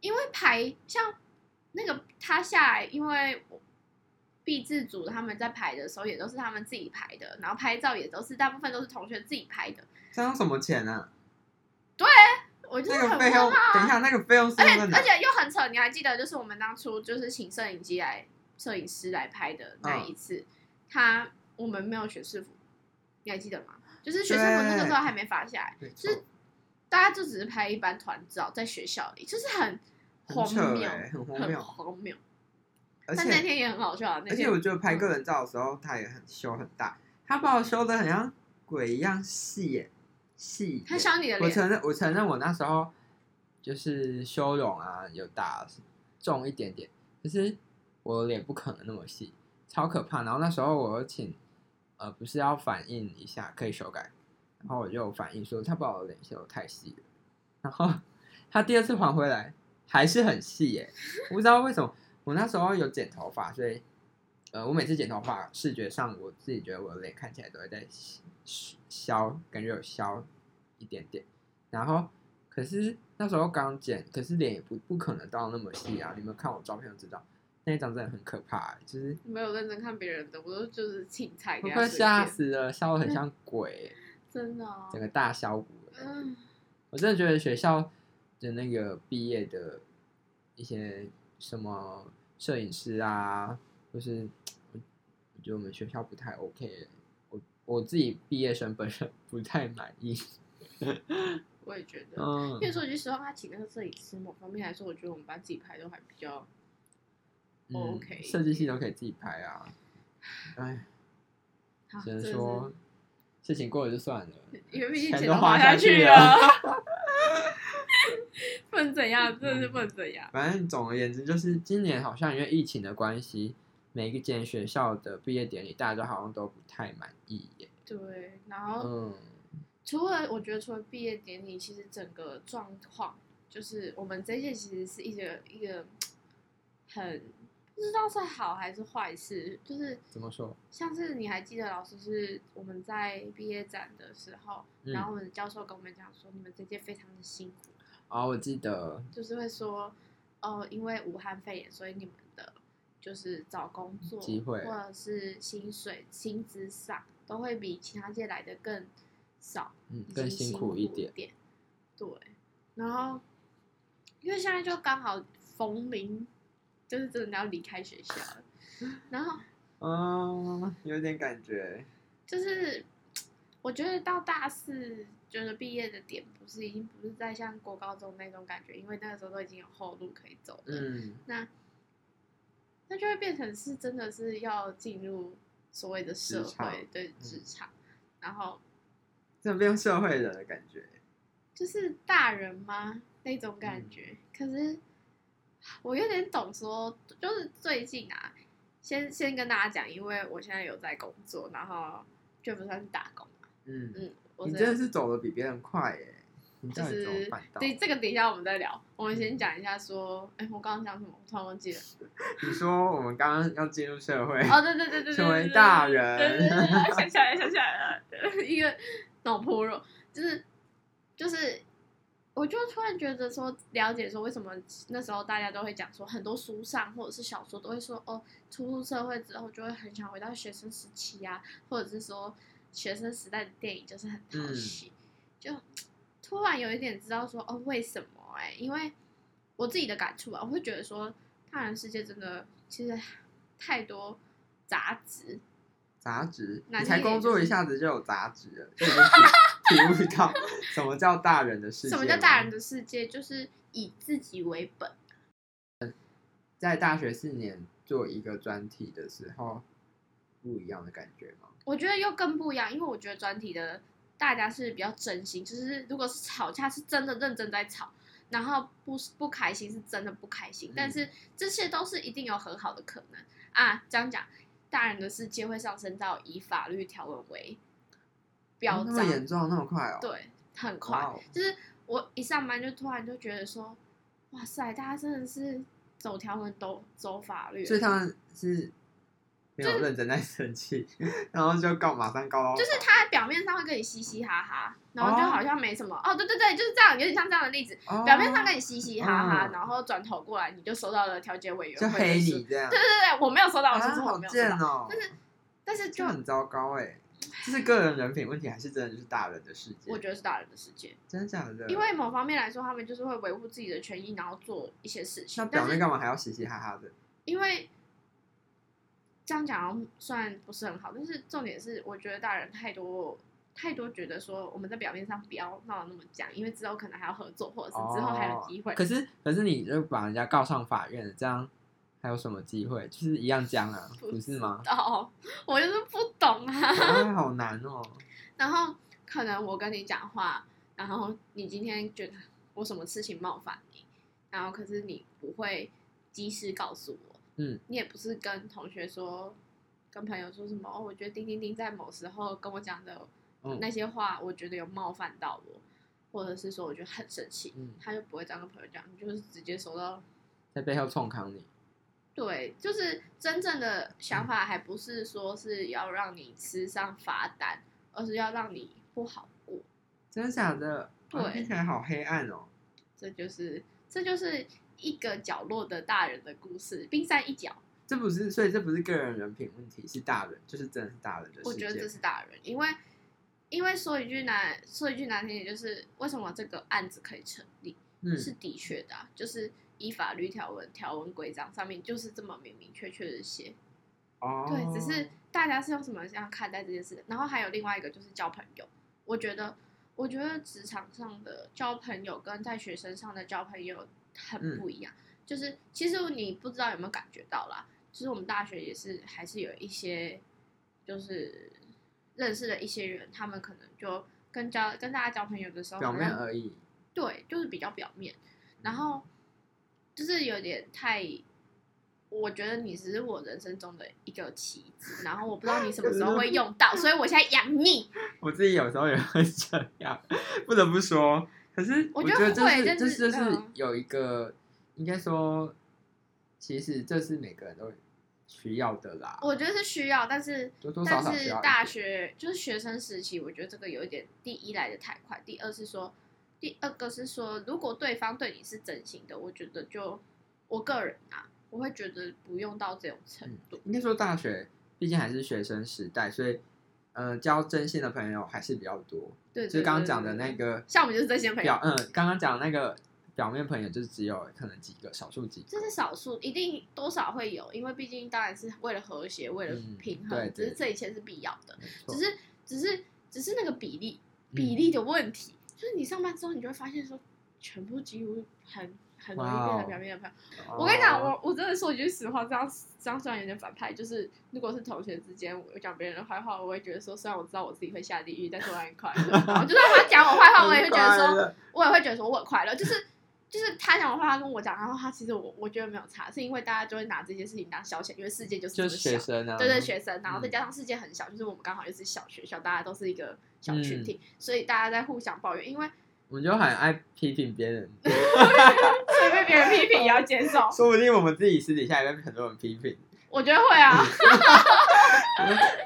[SPEAKER 3] 因为排像那个他下来，因为我毕制组他们在排的时候也都是他们自己排的，然后拍照也都是大部分都是同学自己拍的，
[SPEAKER 2] 这样什么钱啊？
[SPEAKER 3] 我就是
[SPEAKER 2] 那
[SPEAKER 3] 很
[SPEAKER 2] 个
[SPEAKER 3] 问
[SPEAKER 2] 费用，
[SPEAKER 3] 号
[SPEAKER 2] 等一
[SPEAKER 3] 啊。
[SPEAKER 2] 下，那个费用是
[SPEAKER 3] 而且
[SPEAKER 2] 用在哪
[SPEAKER 3] 而？且又很扯，你还记得就是我们当初就是请摄影机来摄影师来拍的那
[SPEAKER 2] 嗯
[SPEAKER 3] 一次，他我们没有选制服，你还记得吗？就是学生服那个时候还没发下来。
[SPEAKER 2] 没错
[SPEAKER 3] 是大家就只是拍一般团照，在学校里，就是很
[SPEAKER 2] 很
[SPEAKER 3] 荒
[SPEAKER 2] 扯
[SPEAKER 3] 谬，
[SPEAKER 2] 欸很荒
[SPEAKER 3] 很
[SPEAKER 2] 谬
[SPEAKER 3] 荒谬。
[SPEAKER 2] 而
[SPEAKER 3] 但
[SPEAKER 2] 且
[SPEAKER 3] 那天也很好笑啊，那
[SPEAKER 2] 而且
[SPEAKER 3] 天
[SPEAKER 2] 我觉得拍个人照的时候，他也很修很大，他把我修的很像鬼一样细耶，细耶。
[SPEAKER 3] 他削你的
[SPEAKER 2] 我
[SPEAKER 3] 脸，
[SPEAKER 2] 承认，我承认，我那时候就是修容啊，有打重一点点，可是我脸不可能那么细，超可怕。然后那时候我有请，呃，不是要反映一下可以修改，然后我就反映说他把我的脸修的太细了，然后他第二次还回来还是很细耶、我不知道为什么。我那时候有剪头发，所以呃，我每次剪头发，视觉上我自己觉得我的脸看起来都会在削，感觉有削一点点。然后，可是那时候刚剪，可是脸也不不可能到那么细啊。你们看我照片就知道，那一张真的很可怕、欸就是
[SPEAKER 3] 没有认真看别人的，我都就是青菜
[SPEAKER 2] 我
[SPEAKER 3] 给他
[SPEAKER 2] 快
[SPEAKER 3] 随
[SPEAKER 2] 吓
[SPEAKER 3] 便
[SPEAKER 2] 死了，笑的很像鬼，
[SPEAKER 3] 真的、哦
[SPEAKER 2] 整。个大削骨的感觉。
[SPEAKER 3] 嗯，
[SPEAKER 2] 我真的觉得学校的那个毕业的一些什么摄影师啊，就是我我觉得我们学校不太 OK，我欸我自己毕业生本身不太满意。
[SPEAKER 3] 我也觉得。
[SPEAKER 2] 嗯
[SPEAKER 3] 因为说句实话，他请那个摄影师，某方面来说，我觉得我们班自己拍都还比较
[SPEAKER 2] 嗯
[SPEAKER 3] OK
[SPEAKER 2] 设计系都可以自己拍啊。哎，
[SPEAKER 3] 好。
[SPEAKER 2] 只能
[SPEAKER 3] 啊真的
[SPEAKER 2] 说事情过了就算了，
[SPEAKER 3] 是，因为毕竟
[SPEAKER 2] 钱
[SPEAKER 3] 钱
[SPEAKER 2] 都花
[SPEAKER 3] 下
[SPEAKER 2] 下去
[SPEAKER 3] 了， 不能怎样，真的是不
[SPEAKER 2] 嗯
[SPEAKER 3] 能怎样。
[SPEAKER 2] 反正总而言之，就是今年好像因为疫情的关系，每一间学校的毕业典礼大家好像都不太满意耶。
[SPEAKER 3] 对，然后
[SPEAKER 2] 嗯，
[SPEAKER 3] 除了我觉得除了毕业典礼，其实整个状况就是我们这一届其实是一个一个很不知道是好还是坏事，就是
[SPEAKER 2] 怎么说？
[SPEAKER 3] 像是你还记得老师是我们在毕业展的时候，
[SPEAKER 2] 嗯
[SPEAKER 3] 然后我们教授跟我们讲说，你们这届非常的辛苦，
[SPEAKER 2] 哦，我记得，
[SPEAKER 3] 就是会说，呃，因为武汉肺炎，所以你们的就是找工作
[SPEAKER 2] 机会
[SPEAKER 3] 或者是薪水、薪资上都会比其他届来的更少，
[SPEAKER 2] 嗯
[SPEAKER 3] 以，及
[SPEAKER 2] 更
[SPEAKER 3] 辛
[SPEAKER 2] 辛苦一
[SPEAKER 3] 一
[SPEAKER 2] 点。。
[SPEAKER 3] 对，然后因为现在就刚好逢临，就是真的要离开学校了，然后
[SPEAKER 2] 嗯，有点感觉。
[SPEAKER 3] 就是我觉得到大四就是毕业的点，不是已经不是再像国高中那种感觉，因为那个时候都已经有后路可以走了。
[SPEAKER 2] 嗯，
[SPEAKER 3] 那那就会变成是真的是要进入所谓的社
[SPEAKER 2] 职场嗯
[SPEAKER 3] 会，对职场，然后
[SPEAKER 2] 这边社会人的感觉。
[SPEAKER 3] 就是大人吗那种感
[SPEAKER 2] 嗯
[SPEAKER 3] 觉。可是我有点懂说，就是最近啊，先先跟大家讲，因为我现在有在工作，然后就不算是打工嘛，
[SPEAKER 2] 嗯
[SPEAKER 3] 嗯，我
[SPEAKER 2] 你真的是走的比别人快耶、你
[SPEAKER 3] 就
[SPEAKER 2] 到底怎么
[SPEAKER 3] 是
[SPEAKER 2] 办到的？
[SPEAKER 3] 对这个等一下我们再聊，我们
[SPEAKER 2] 嗯
[SPEAKER 3] 先讲一下说，哎、我刚刚讲什么？我突然忘记了。
[SPEAKER 2] 你说我们刚刚要进入社 会，
[SPEAKER 3] 哦，对对对对对，
[SPEAKER 2] 成为
[SPEAKER 3] 对对
[SPEAKER 2] 大
[SPEAKER 3] 对
[SPEAKER 2] 人
[SPEAKER 3] 对对对对，想起来了想起来了，对 一个脑破肉，就是就是，我就突然觉得说，了解说为什么那时候大家都会讲说，很多书上或者是小说都会说，哦，出入社会之后就会很想回到学生时期啊，或者是说学生时代的电影就是很
[SPEAKER 2] 嗯
[SPEAKER 3] 讨喜，就突然有一点知道说，哦，为什么、哎，因为我自己的感触啊，我会觉得说，大人世界真的其实太多杂质，
[SPEAKER 2] 杂质，
[SPEAKER 3] 哪
[SPEAKER 2] 你
[SPEAKER 3] 里
[SPEAKER 2] 才
[SPEAKER 3] 也
[SPEAKER 2] 工
[SPEAKER 3] 就
[SPEAKER 2] 作
[SPEAKER 3] 是
[SPEAKER 2] 一下子就有杂质了，就已经体体 悟到什么叫大人的世界
[SPEAKER 3] 什
[SPEAKER 2] 了。
[SPEAKER 3] 么叫大人的世界？就是以自己为本。
[SPEAKER 2] 在大学四年做一个专题的时候，不一样的感觉吗？
[SPEAKER 3] 我觉得又更不一样，因为我觉得专题的大家是比较真心，就是如果是吵架是真的认真在吵，然后不不开心是真的不开心，
[SPEAKER 2] 嗯
[SPEAKER 3] 但是这些都是一定有很好的可能啊。这样讲，大人的世界会上升到以法律条文为标
[SPEAKER 2] 哦那么
[SPEAKER 3] 章，
[SPEAKER 2] 严重，那么快哦？，
[SPEAKER 3] 对，很快。
[SPEAKER 2] 哇哦
[SPEAKER 3] 就是我一上班就突然就觉得说，哇塞，大家真的是走条文都走法律，
[SPEAKER 2] 所以他们是没有认真在生气， 然后就告，马上告到
[SPEAKER 3] 就是他表面上会跟你嘻嘻哈哈，然后就好像没什么。哦，对对对，就是这样，有点像这样的例子。
[SPEAKER 2] 他
[SPEAKER 3] 表面上跟你嘻嘻哈哈，
[SPEAKER 2] 哦嗯
[SPEAKER 3] 然后转头过来你就收到了调解委员
[SPEAKER 2] 就
[SPEAKER 3] 会的
[SPEAKER 2] 黑
[SPEAKER 3] 信。
[SPEAKER 2] 你这样，
[SPEAKER 3] 对对对，我没有收到，
[SPEAKER 2] 啊，
[SPEAKER 3] 我是说我
[SPEAKER 2] 好
[SPEAKER 3] 没有收
[SPEAKER 2] 贱
[SPEAKER 3] 到。
[SPEAKER 2] 哦，
[SPEAKER 3] 但是就
[SPEAKER 2] 就很糟糕哎。这是个人人品问题，还是真的就是大人的世界？
[SPEAKER 3] 我觉得是大人的世界，
[SPEAKER 2] 真的假的？
[SPEAKER 3] 因为某方面来说，他们就是会维护自己的权益，然后做一些事
[SPEAKER 2] 那
[SPEAKER 3] 情。
[SPEAKER 2] 表
[SPEAKER 3] 但
[SPEAKER 2] 面
[SPEAKER 3] 是
[SPEAKER 2] 干嘛还要嘻嘻哈哈的？
[SPEAKER 3] 因为这样讲好像算不是很好，但是重点是，我觉得大人太多。太多觉得说我们在表面上不要闹得那么僵，因为之后可能还要合作，或者是之后还有
[SPEAKER 2] 哦
[SPEAKER 3] 机会。
[SPEAKER 2] 可是可是你就把人家告上法院了，这样还有什么机会？就是一样僵啊，
[SPEAKER 3] 不
[SPEAKER 2] 不是 吗？
[SPEAKER 3] 哦，我就是不懂啊。
[SPEAKER 2] 哎，好难哦。
[SPEAKER 3] 然后可能我跟你讲话，然后你今天觉得我什么事情冒犯你，然后可是你不会及时告诉我，
[SPEAKER 2] 嗯，
[SPEAKER 3] 你也不是跟同学说，跟朋友说什么哦，我觉得丁丁丁在某时候跟我讲的
[SPEAKER 2] 嗯
[SPEAKER 3] 那些话，我觉得有冒犯到我，或者是说我觉得很生气，
[SPEAKER 2] 嗯，
[SPEAKER 3] 他就不会这样跟朋友讲，你就是直接收到
[SPEAKER 2] 在背后冲康你，
[SPEAKER 3] 对，就是真正的想法还不是说是要让你吃上罚单，而是要让你不好过。
[SPEAKER 2] 真的假的？哇
[SPEAKER 3] 对
[SPEAKER 2] 听起来好黑暗哦。
[SPEAKER 3] 这就是这就是一个角落的大人的故事，冰山一角。
[SPEAKER 2] 这不是，所以这不是个人人品问题，是大人，就是真的是大人的世界。
[SPEAKER 3] 我觉得这是大人，因为因为说一句难说一句难听点，就是为什么这个案子可以成立，
[SPEAKER 2] 嗯，
[SPEAKER 3] 是的确的啊、就是依法律条文、条文规章上面就是这么明明确确的写。
[SPEAKER 2] 哦，
[SPEAKER 3] 对，只是大家是用什么样看待这件事。然后还有另外一个就是交朋友，我觉得，我觉得职场上的交朋友跟在学生上的交朋友很
[SPEAKER 2] 嗯
[SPEAKER 3] 不一样。就是其实你不知道有没有感觉到啦，就是我们大学也是还是有一些，就是认识的一些人，他们可能就跟交跟大家交朋友的时候，
[SPEAKER 2] 表面
[SPEAKER 3] 好像
[SPEAKER 2] 而已。
[SPEAKER 3] 对，就是比较表面，然后就是有点太，我觉得你只是我人生中的一个棋子，然后我不知道你什么时候会用到，所以我现在养你。
[SPEAKER 2] 我自己有时候也会这样，不得不说。可是
[SPEAKER 3] 我
[SPEAKER 2] 我
[SPEAKER 3] 觉
[SPEAKER 2] 觉
[SPEAKER 3] 得
[SPEAKER 2] 得这
[SPEAKER 3] 会
[SPEAKER 2] 是
[SPEAKER 3] 但
[SPEAKER 2] 这
[SPEAKER 3] 是
[SPEAKER 2] 是就是
[SPEAKER 3] 嗯
[SPEAKER 2] 有一个，应该说，其实这是每个人都需要的啦，
[SPEAKER 3] 我觉得是需要，但是
[SPEAKER 2] 多多少
[SPEAKER 3] 但
[SPEAKER 2] 少需
[SPEAKER 3] 是
[SPEAKER 2] 要一点。
[SPEAKER 3] 大学就是学生时期，我觉得这个有一点，第一来的太快，第二是说，第二个是说，如果对方对你是真心的，我觉得就我个人啊，我会觉得不用到这种程度。
[SPEAKER 2] 嗯应该说大学毕竟还是学生时代，所以呃，交真心的朋友还是比较多。
[SPEAKER 3] 对，
[SPEAKER 2] 就是
[SPEAKER 3] 对
[SPEAKER 2] 刚刚
[SPEAKER 3] 对
[SPEAKER 2] 讲
[SPEAKER 3] 对
[SPEAKER 2] 的那
[SPEAKER 3] 对
[SPEAKER 2] 个
[SPEAKER 3] 像我们就是这些朋友
[SPEAKER 2] 表，，嗯，刚刚讲的那个表面朋友，就是只有可能几个，少数几个。
[SPEAKER 3] 这是少数，一定多少会有，因为毕竟当然是为了和谐，为了
[SPEAKER 2] 嗯
[SPEAKER 3] 平衡，
[SPEAKER 2] 对对
[SPEAKER 3] 只是这一切是必要的，
[SPEAKER 2] 没错
[SPEAKER 3] 只是只是只是那个比例
[SPEAKER 2] 嗯
[SPEAKER 3] 比例的问题，就是你上班之后，你就会发现说，全部几乎很很容易变
[SPEAKER 2] 哇
[SPEAKER 3] 成
[SPEAKER 2] 哦
[SPEAKER 3] 表面的朋友。
[SPEAKER 2] 哦
[SPEAKER 3] 我跟你讲，我我真的说一句实话，这样这样虽然有点反派，就是如果是同学之间，我讲别人的坏话，我会觉得说，虽然我知道我自己会下地狱，但是我很快乐。然后就算他讲我坏话，我也会觉得说
[SPEAKER 2] 很快，乐
[SPEAKER 3] 我也会觉得说我很快乐，就是就是他讲的话，他跟我讲，然后他其实我我觉得没有差，是因为大家就会拿这件事情当消遣，因为世界就是这
[SPEAKER 2] 就
[SPEAKER 3] 么
[SPEAKER 2] 是
[SPEAKER 3] 小，
[SPEAKER 2] 学生啊，
[SPEAKER 3] 对对，学生，然后
[SPEAKER 2] 嗯
[SPEAKER 3] 再加上世界很小，就是我们刚好又是小学校，大家都是一个小群体，所以大家在互相抱怨，因为
[SPEAKER 2] 我们就很爱批评别人，，
[SPEAKER 3] 所以被别人批评也要接受
[SPEAKER 2] 说不定我们自己私底下也被很多人批评。
[SPEAKER 3] 我觉得会啊，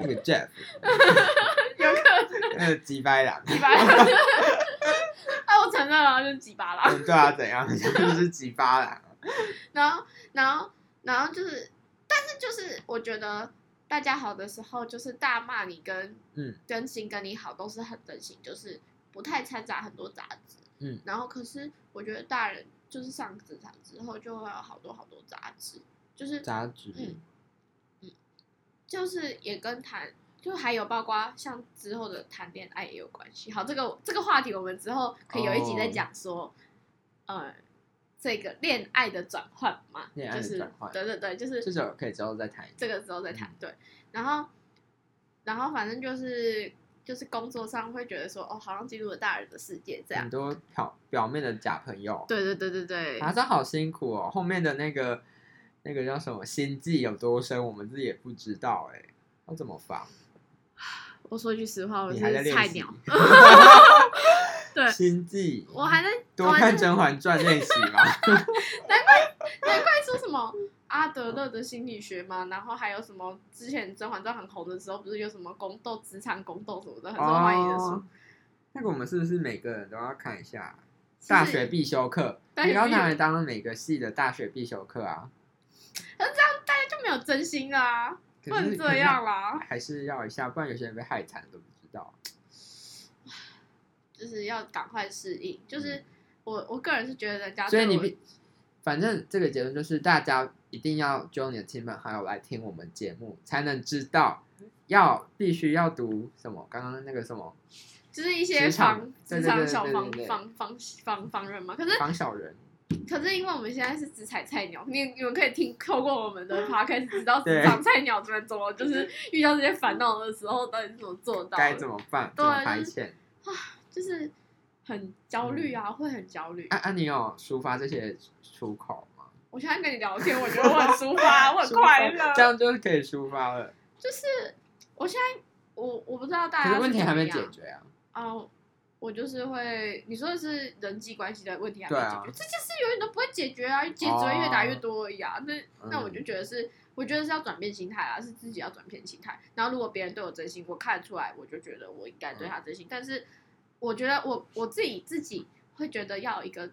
[SPEAKER 2] 那个 Jeff，
[SPEAKER 3] 有可
[SPEAKER 2] 那个鸡掰狼，
[SPEAKER 3] 能几巴啦。 啊，我承认了，就是几巴啦。
[SPEAKER 2] 对啊，怎样？就是鸡巴狼。
[SPEAKER 3] 然后，然后，然后就是，但是就是，我觉得大家好的时候，就是大骂你跟
[SPEAKER 2] 嗯
[SPEAKER 3] 真心跟你好都是很真心，就是不太掺杂很多杂质。
[SPEAKER 2] 嗯，
[SPEAKER 3] 然后可是我觉得大人就是上职场之后，就会有好多好多杂质，就是
[SPEAKER 2] 杂质，
[SPEAKER 3] 嗯就是也跟谈，就还有包括像之后的谈恋爱也有关系。好，这个这个话题我们之后可以有一集
[SPEAKER 2] 哦
[SPEAKER 3] 再讲说，呃，这个恋爱的转换嘛，
[SPEAKER 2] 恋爱
[SPEAKER 3] 就
[SPEAKER 2] 的
[SPEAKER 3] 是
[SPEAKER 2] 转换
[SPEAKER 3] 对对对，就是
[SPEAKER 2] 这首可以之后再谈。
[SPEAKER 3] 这个时候再谈
[SPEAKER 2] 嗯
[SPEAKER 3] 对，然后然后反正就是就是工作上会觉得说，哦，好像进入了大人的世界这样
[SPEAKER 2] 很。多表表面的假朋友，
[SPEAKER 3] 对对对对啊对，
[SPEAKER 2] 啊，这好辛苦哦。后面的那个那个叫什么心计有多深，我们自己也不知道哎、要怎么防？
[SPEAKER 3] 我说句实话，我
[SPEAKER 2] 你还在
[SPEAKER 3] 哦是
[SPEAKER 2] 练
[SPEAKER 3] 菜
[SPEAKER 2] 习
[SPEAKER 3] 鸟， 对
[SPEAKER 2] 心计，
[SPEAKER 3] 我还在
[SPEAKER 2] 多看《甄嬛传》练习吧。
[SPEAKER 3] 难怪说什么阿德勒的心理学嘛，然后还有什么之前《甄嬛传》很红的时候，不是有什么宫斗、职场宫斗什么的，很受欢迎的书。
[SPEAKER 2] 哦那个我们是不是每个人都要看一下？
[SPEAKER 3] 是
[SPEAKER 2] 大学必修课，
[SPEAKER 3] 大学
[SPEAKER 2] 你
[SPEAKER 3] 必修
[SPEAKER 2] 要拿来当每个系的大学必修课啊。
[SPEAKER 3] 可是这样大家就没有真心啦、啊，不
[SPEAKER 2] 可
[SPEAKER 3] 能
[SPEAKER 2] 是
[SPEAKER 3] 这样，啊啦，
[SPEAKER 2] 还是要一下，不然有些人被害惨都不知道。
[SPEAKER 3] 就是要赶快适应。就是我我个人是觉得人家
[SPEAKER 2] 所以
[SPEAKER 3] 对
[SPEAKER 2] 你
[SPEAKER 3] 我
[SPEAKER 2] 必，反正这个结论就是，大家一定要揪你的亲朋好友来听我们节目，才能知道要必须要读什么。刚刚那个 什么
[SPEAKER 3] 就是一些
[SPEAKER 2] 职场
[SPEAKER 3] 防
[SPEAKER 2] 对
[SPEAKER 3] 职
[SPEAKER 2] 对
[SPEAKER 3] 场
[SPEAKER 2] 对
[SPEAKER 3] 小
[SPEAKER 2] 对
[SPEAKER 3] 防
[SPEAKER 2] 对对
[SPEAKER 3] 防防防防人嘛。可是
[SPEAKER 2] 防小人，
[SPEAKER 3] 可是因为我们现在是职场菜鸟，你你们可以听透过我们的 podcast 知道职
[SPEAKER 2] 对
[SPEAKER 3] 场菜鸟们怎么就是遇到这些烦恼的时候到底是怎么做到的。
[SPEAKER 2] 该怎么办？怎
[SPEAKER 3] 对
[SPEAKER 2] 么排
[SPEAKER 3] 就是
[SPEAKER 2] 遣？
[SPEAKER 3] 就是很焦虑啊，会很焦虑。
[SPEAKER 2] 啊啊，你有抒发这些出口吗？
[SPEAKER 3] 我现在跟你聊天，我觉得我很抒发，我很
[SPEAKER 2] 抒发
[SPEAKER 3] 快乐。
[SPEAKER 2] 这样就是可以抒发了。
[SPEAKER 3] 就是我现在，我我不知道大
[SPEAKER 2] 可
[SPEAKER 3] 家
[SPEAKER 2] 是问题还没解
[SPEAKER 3] 决
[SPEAKER 2] 决啊。
[SPEAKER 3] 啊。我就是会，你说的是人际关系的问题还没
[SPEAKER 2] 对
[SPEAKER 3] 解
[SPEAKER 2] 啊哦
[SPEAKER 3] 决，这件事永远都不会解决啊，解只会越打越多而已啊。那
[SPEAKER 2] 嗯
[SPEAKER 3] 那我就觉得是，我觉得是要转变心态啊，是自己要转变心态。然后如果别人对我真心，我看得出来，我就觉得我应该
[SPEAKER 2] 嗯
[SPEAKER 3] 对他真心。但是我觉得我我自己自己会觉得要有一个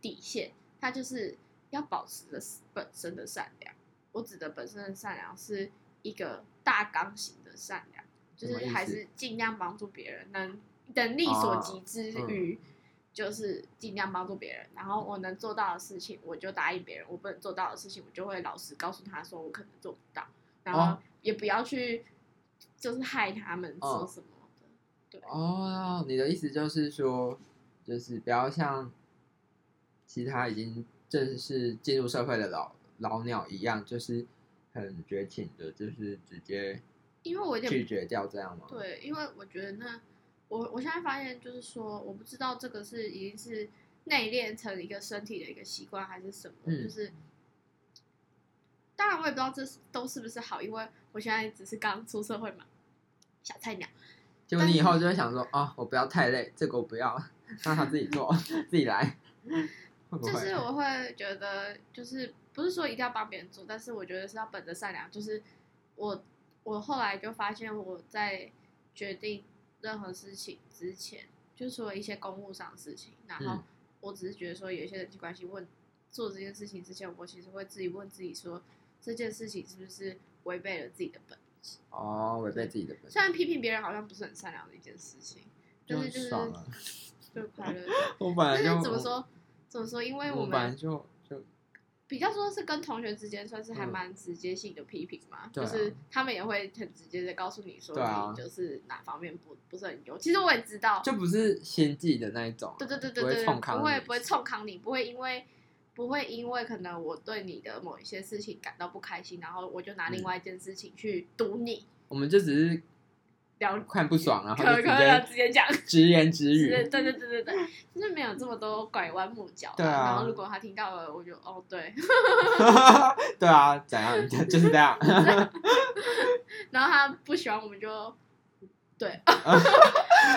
[SPEAKER 3] 底线，它就是要保持的本身的善良。我指的本身的善良是一个大纲型的善良，就
[SPEAKER 2] 什么
[SPEAKER 3] 是
[SPEAKER 2] 意思
[SPEAKER 3] 还是尽量帮助别人，能能力所及之余，就是尽量帮助别人。然后我能做到的事情，我就答应别人；我不能做到的事情，我就会老实告诉他说我可能做不到，然后
[SPEAKER 2] 哦
[SPEAKER 3] 也不要去就是害他们说
[SPEAKER 2] 嗯
[SPEAKER 3] 什么的。
[SPEAKER 2] 哦，你的意思就是说，就是不要像其他已经正式进入社会的老老鸟一样，就是很绝情的，就是直接
[SPEAKER 3] 因为我有点
[SPEAKER 2] 拒绝掉这样吗？，
[SPEAKER 3] 对，因为我觉得那我我现在发现就是说，我不知道这个是已经是内敛成一个身体的一个习惯还是什么，
[SPEAKER 2] 嗯
[SPEAKER 3] 就是当然我也不知道这是都是不是好，因为我现在只是刚出社会嘛，小菜鸟。
[SPEAKER 2] 结果你以后就会想说，啊，我不要太累，这个我不要，让他自己做， 自己来，会不会？
[SPEAKER 3] 就是我会觉得，就是不是说一定要帮别人做，但是我觉得是要本着善良。就是我我后来就发现，我在决定任何事情之前，就除了一些公务上的事情，然后
[SPEAKER 2] 嗯
[SPEAKER 3] 我只是觉得说，有一些人际关系问做这件事情之前，我其实会自己问自己说，这件事情是不是违背了自己的本质？
[SPEAKER 2] 哦，违背自己的本
[SPEAKER 3] 虽然批评别人好像不是很善良的一件事情，但
[SPEAKER 2] 就是很
[SPEAKER 3] 就是
[SPEAKER 2] 爽啊！
[SPEAKER 3] 就快乐。
[SPEAKER 2] 我 本
[SPEAKER 3] 就
[SPEAKER 2] 来
[SPEAKER 3] 是
[SPEAKER 2] 就
[SPEAKER 3] 怎么？说怎么说，因为
[SPEAKER 2] 我
[SPEAKER 3] 我
[SPEAKER 2] 本来
[SPEAKER 3] 们。
[SPEAKER 2] 就就
[SPEAKER 3] 比较说是跟同学之间算是还
[SPEAKER 2] 嗯
[SPEAKER 3] 蛮直接性的批评嘛，
[SPEAKER 2] 对
[SPEAKER 3] 就
[SPEAKER 2] 啊
[SPEAKER 3] 是他们也会很直接的告诉你说
[SPEAKER 2] 对啊
[SPEAKER 3] 你就是哪方面不不是很优。其实我也知道，
[SPEAKER 2] 就不是心计的那一种啊，
[SPEAKER 3] 对对对对
[SPEAKER 2] 不
[SPEAKER 3] 对，
[SPEAKER 2] 会冲康
[SPEAKER 3] 不会
[SPEAKER 2] 你
[SPEAKER 3] 不会冲康你，不会因为不会因为可能我对你的某一些事情感到不开心，然后我就拿另
[SPEAKER 2] 嗯
[SPEAKER 3] 外一件事情去堵你，
[SPEAKER 2] 我们就只是
[SPEAKER 3] 聊
[SPEAKER 2] 看不爽，然后
[SPEAKER 3] 可可
[SPEAKER 2] 就
[SPEAKER 3] 可
[SPEAKER 2] 直
[SPEAKER 3] 直
[SPEAKER 2] 接
[SPEAKER 3] 接讲。
[SPEAKER 2] 直言直
[SPEAKER 3] 是
[SPEAKER 2] 语。
[SPEAKER 3] 对对对对对，就是没有这么多拐弯抹角啦。
[SPEAKER 2] 对啊
[SPEAKER 3] 然后如果他听到了，我就哦对，
[SPEAKER 2] 对啊， 怎样就是这样。
[SPEAKER 3] 然后他不喜欢我们就对，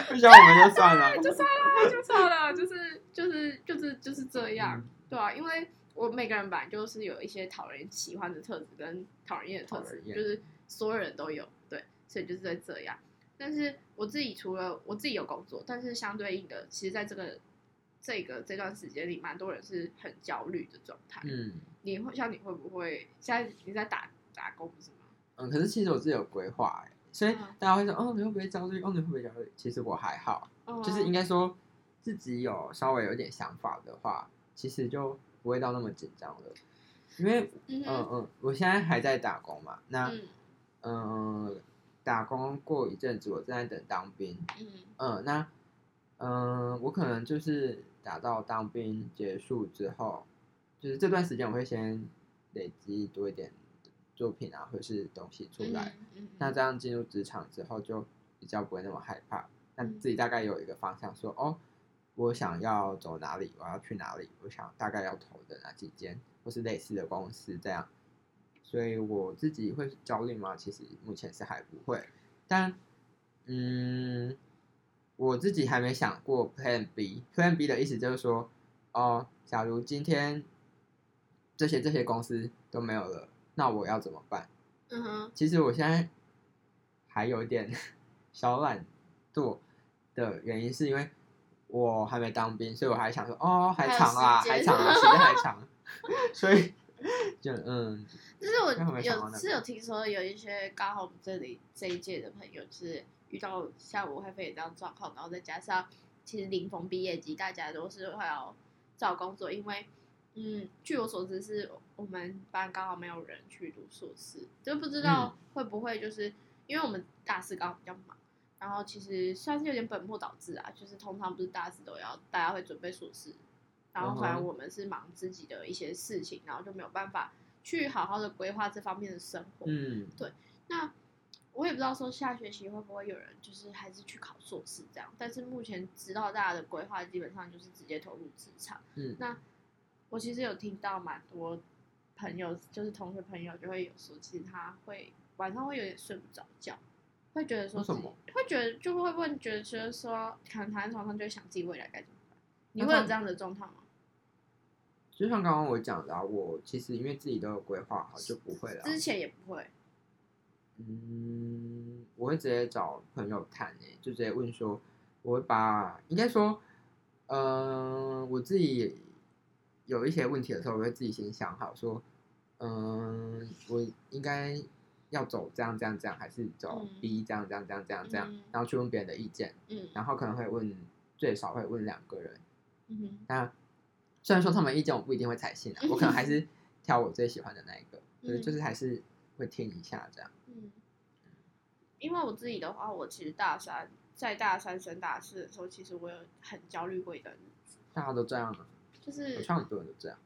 [SPEAKER 2] 不想我们就 算了。
[SPEAKER 3] 就算了，就算了，就是就是就是就是这样，
[SPEAKER 2] 嗯
[SPEAKER 3] 对啊，因为我每个人本来就是有一些讨人喜欢的特质跟讨人厌的特
[SPEAKER 2] 讨
[SPEAKER 3] 质，
[SPEAKER 2] 人厌
[SPEAKER 3] 就是所有人都有，对，所以就是在这样。但是我自己除了我自己有工作，但是相对应的，其实在这个这个这段时间里，蛮多人是很焦虑的状态。
[SPEAKER 2] 嗯
[SPEAKER 3] 你会像你会不会现在你在打打工不是吗？
[SPEAKER 2] 嗯，可是其实我自己有规划欸，所以
[SPEAKER 3] 嗯
[SPEAKER 2] 大家会说哦，你会不会焦虑？哦，你会不会焦虑？其实我还好，就是应该说自己有稍微有点想法的话，其实就不会到那么紧张了。因为
[SPEAKER 3] 嗯
[SPEAKER 2] 嗯
[SPEAKER 3] 哼
[SPEAKER 2] 嗯，我现在还在打工嘛，那
[SPEAKER 3] 嗯
[SPEAKER 2] 嗯、呃打工过一阵子，我正在等当兵，
[SPEAKER 3] 嗯
[SPEAKER 2] 嗯，那嗯、呃我可能就是打到当兵结束之后，就是这段时间我会先累积多一点作品啊，或者是东西出来。
[SPEAKER 3] 嗯嗯嗯
[SPEAKER 2] 那这样进入职场之后，就比较不会那么害怕。那
[SPEAKER 3] 嗯
[SPEAKER 2] 自己大概有一个方向说哦，我想要走哪里，我要去哪里，我想大概要投的哪几间，或是类似的公司这样。所以我自己会焦虑吗？其实目前是还不会，但嗯，我自己还没想过 Plan B。Plan B 的意思就是说，哦，假如今天这些这些公司都没有了，那我要怎么办？
[SPEAKER 3] 嗯哼
[SPEAKER 2] 其实我现在还有一点 小懒惰的原因，是因为我还没当兵，所以我还想说，哦，还长啊，
[SPEAKER 3] 还有时
[SPEAKER 2] 还
[SPEAKER 3] 间
[SPEAKER 2] 长 啊，时间还长，所以就嗯，
[SPEAKER 3] 就是我
[SPEAKER 2] 那会不会想到
[SPEAKER 3] 有
[SPEAKER 2] 那
[SPEAKER 3] 是
[SPEAKER 2] 个
[SPEAKER 3] 有听说有一些刚好我们这里这一届的朋友是遇到像武汉肺炎这样状况，然后再加上其实临逢毕业季，大家都是会要找工作，因为嗯，据我所知是我们班刚好没有人去读硕士，就不知道
[SPEAKER 2] 嗯
[SPEAKER 3] 会不会就是、因为我们大四刚好比较忙，然后其实算是有点本末倒置啊，就是通常不是大四都要大家会准备硕士，然后反
[SPEAKER 2] 嗯
[SPEAKER 3] 正
[SPEAKER 2] 哼
[SPEAKER 3] 我们是忙自己的一些事情，然后就没有办法去好好的规划这方面的生活。
[SPEAKER 2] 嗯，
[SPEAKER 3] 那我也不知道说下学期会不会有人就是还是去考硕士这样，但是目前知道大家的规划基本上就是直接投入职场。
[SPEAKER 2] 嗯
[SPEAKER 3] 那我其实有听到蛮多朋友，就是同学朋友就会有说，其实他会晚上会有点睡不着觉，会觉得说
[SPEAKER 2] 为什
[SPEAKER 3] 自己
[SPEAKER 2] 么
[SPEAKER 3] 会觉得就会问，觉得觉得说可能躺在床上就会想自己未来该怎么办。你
[SPEAKER 2] 那
[SPEAKER 3] 会有
[SPEAKER 2] 这样
[SPEAKER 3] 这样的状态吗？
[SPEAKER 2] 就像刚刚我讲的、啊，我其实因为自己都有规划好，就不会了。啊
[SPEAKER 3] 之前也不会，
[SPEAKER 2] 嗯，我会直接找朋友谈诶、就直接问说，我会把应该说，嗯、我自己有一些问题的时候，我会自己先想好说，嗯、我应该要走这样这样这样，还是走
[SPEAKER 3] 嗯
[SPEAKER 2] B 这样这样这样这样这样，
[SPEAKER 3] 嗯
[SPEAKER 2] 然后去问别人的意见，
[SPEAKER 3] 嗯
[SPEAKER 2] 然后可能会问最少会问两个人，
[SPEAKER 3] 嗯哼
[SPEAKER 2] 那虽然说他们意见我不一定会采信啊，我可能 还是挑我最喜欢的那一个，就是就是还是会听一下这样。
[SPEAKER 3] 嗯，因为我自己的话，我其实大三在大三升大四的时候，其实我有很焦虑过一段日子，
[SPEAKER 2] 大家都这样啊，
[SPEAKER 3] 就
[SPEAKER 2] 我
[SPEAKER 3] 是
[SPEAKER 2] 看很多人都这样。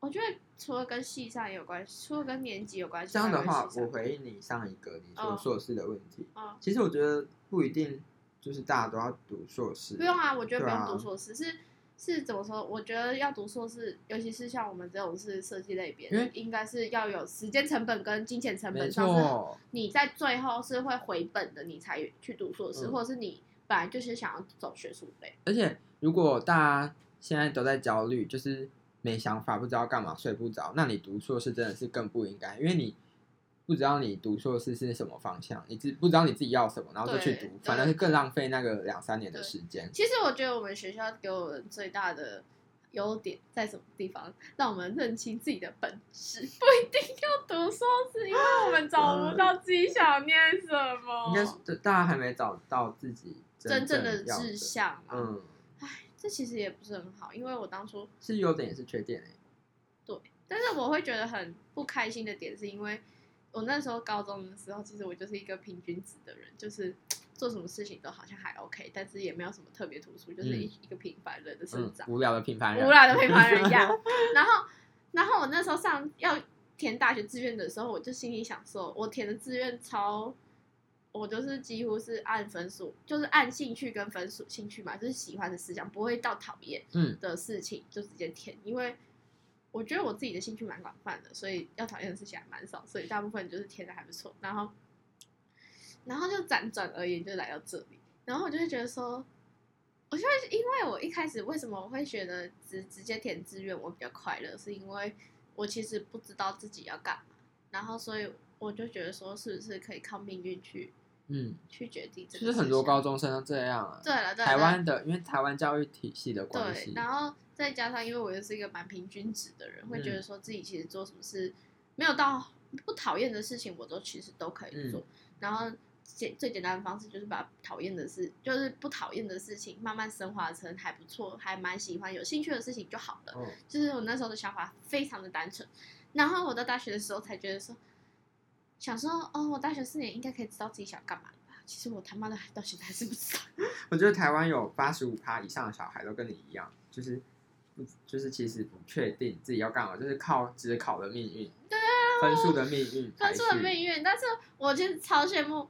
[SPEAKER 3] 我觉得除了跟系上也有关系，除了跟年级有关系，
[SPEAKER 2] 这样的
[SPEAKER 3] 还
[SPEAKER 2] 话
[SPEAKER 3] 有，系
[SPEAKER 2] 我
[SPEAKER 3] 上
[SPEAKER 2] 回应你上一个你
[SPEAKER 3] 嗯
[SPEAKER 2] 说硕士的问题，
[SPEAKER 3] 嗯
[SPEAKER 2] 其实我觉得不一定就是大家都要读硕士，
[SPEAKER 3] 不用啊，我觉得不
[SPEAKER 2] 对
[SPEAKER 3] 用
[SPEAKER 2] 啊
[SPEAKER 3] 读硕士、是。是怎么说？我觉得要读硕士，尤其是像我们这种是设计类别
[SPEAKER 2] 因
[SPEAKER 3] 的
[SPEAKER 2] 为，
[SPEAKER 3] 应该是要有时间成本跟金钱成
[SPEAKER 2] 没
[SPEAKER 3] 本上是啊
[SPEAKER 2] 错，
[SPEAKER 3] 你在最后是会回本的，你才去读硕士，
[SPEAKER 2] 嗯
[SPEAKER 3] 或者是你本来就是想要走学术类。
[SPEAKER 2] 而且如果大家现在都在焦虑，就是没想法，不知道干嘛，睡不着，那你读硕士真的是更不应该，因为你不知道你读硕士是什么方向，你自不知道你自己要什么，然后就去
[SPEAKER 3] 对
[SPEAKER 2] 读，反正是更浪费那个两三年的时间。
[SPEAKER 3] 其实我觉得我们学校给我们最大的优点在什么地方？让我们认清自己的本质，不一定要读硕士，因为我们找不到自己想念什么
[SPEAKER 2] 应，该是大家还没找到自己
[SPEAKER 3] 哦真正
[SPEAKER 2] 正
[SPEAKER 3] 的
[SPEAKER 2] 要
[SPEAKER 3] 志向啊。
[SPEAKER 2] 嗯，
[SPEAKER 3] 这其实也不是很好，因为我当初
[SPEAKER 2] 是优点也是缺点、欸、
[SPEAKER 3] 但是我会觉得很不开心的点，是因为我那时候高中的时候，其实我就是一个平均值的人，就是做什么事情都好像还 OK，但是也没有什么特别突出，就是一、一个平凡人的
[SPEAKER 2] 嗯
[SPEAKER 3] 生，长，
[SPEAKER 2] 无聊的平凡人，
[SPEAKER 3] 无聊的平凡人 一样。然后，然后我那时候上要填大学志愿的时候，我就心里想说，我填的志愿超。我就是几乎是按分数，就是按兴趣跟分数，兴趣嘛，就是喜欢的思想，不会到讨厌。
[SPEAKER 2] 嗯，
[SPEAKER 3] 的事情就直接填，因为我觉得我自己的兴趣蛮广泛的，所以要讨厌的事情还蛮少，所以大部分就是填的还不错。然后然后就辗转而言就来到这里，然后我就会觉得说，我就会因为我一开始为什么我会觉得直直接填志愿我比较快乐，是因为我其实不知道自己要干嘛，然后所以我就觉得说是不是可以靠命运去
[SPEAKER 2] 嗯，
[SPEAKER 3] 去决定这
[SPEAKER 2] 其
[SPEAKER 3] 个事情。
[SPEAKER 2] 实很多高中生都这样啊。
[SPEAKER 3] 对了对了
[SPEAKER 2] 台湾的，因为台湾教育体系的关
[SPEAKER 3] 对，
[SPEAKER 2] 系，
[SPEAKER 3] 然后再加上，因为我又是一个蛮平均值的人，会觉
[SPEAKER 2] 嗯
[SPEAKER 3] 得说自己其实做什么事没有到不讨厌的事情，我都其实都可以做。
[SPEAKER 2] 嗯
[SPEAKER 3] 然后简最简单的方式就是把讨厌的事，就是不讨厌的事情，慢慢升华成还不错、还蛮喜欢、有兴趣的事情就好了。
[SPEAKER 2] 嗯
[SPEAKER 3] 就是我那时候的想法非常的单纯。然后我到大学的时候才觉得说，想说哦，我大学四年应该可以知道自己想干嘛了吧？其实我他妈的到现在还是不知道。
[SPEAKER 2] 我觉得台湾有八十五趴以上的小孩都跟你一样，就是不就是其实不确定自己要干嘛，就是靠只考的命运，对、分数的命运，
[SPEAKER 3] 啊分数的
[SPEAKER 2] 运，
[SPEAKER 3] 命运，但是我其实超羡慕，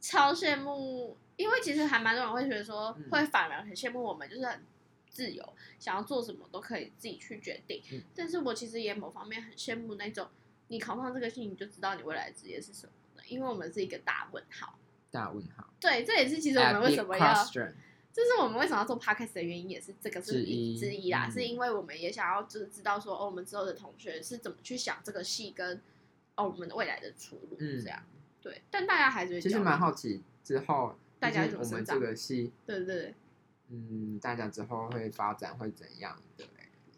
[SPEAKER 3] 超羡慕，因为其实还蛮多人会觉得说，
[SPEAKER 2] 嗯
[SPEAKER 3] 会反而很羡慕我们，就是很自由，想要做什么都可以自己去决定。
[SPEAKER 2] 嗯
[SPEAKER 3] 但是我其实也某方面很羡慕那种，你考上这个系，你就知道你未来的职业是什么了，因为我们是一个大问号。
[SPEAKER 2] 大问号。
[SPEAKER 3] 对，这也是其实我
[SPEAKER 2] A
[SPEAKER 3] 们为
[SPEAKER 2] big
[SPEAKER 3] 什么要，
[SPEAKER 2] question
[SPEAKER 3] 就是我们为什么要做 podcast 的原因，也是这个
[SPEAKER 2] 之
[SPEAKER 3] 是
[SPEAKER 2] 一
[SPEAKER 3] 之一啦，
[SPEAKER 2] 嗯
[SPEAKER 3] 是因为我们也想要就是知道说，哦，我们之后的同学是怎么去想这个系跟哦我们未来的出路
[SPEAKER 2] 嗯
[SPEAKER 3] 这样。对，但大家还是会
[SPEAKER 2] 其实
[SPEAKER 3] 焦虑
[SPEAKER 2] 蛮好奇之后，
[SPEAKER 3] 大家怎
[SPEAKER 2] 就是
[SPEAKER 3] 么
[SPEAKER 2] 我
[SPEAKER 3] 成
[SPEAKER 2] 们
[SPEAKER 3] 长
[SPEAKER 2] 这个系，
[SPEAKER 3] 对对对
[SPEAKER 2] 嗯，大家之后会发展会怎样的？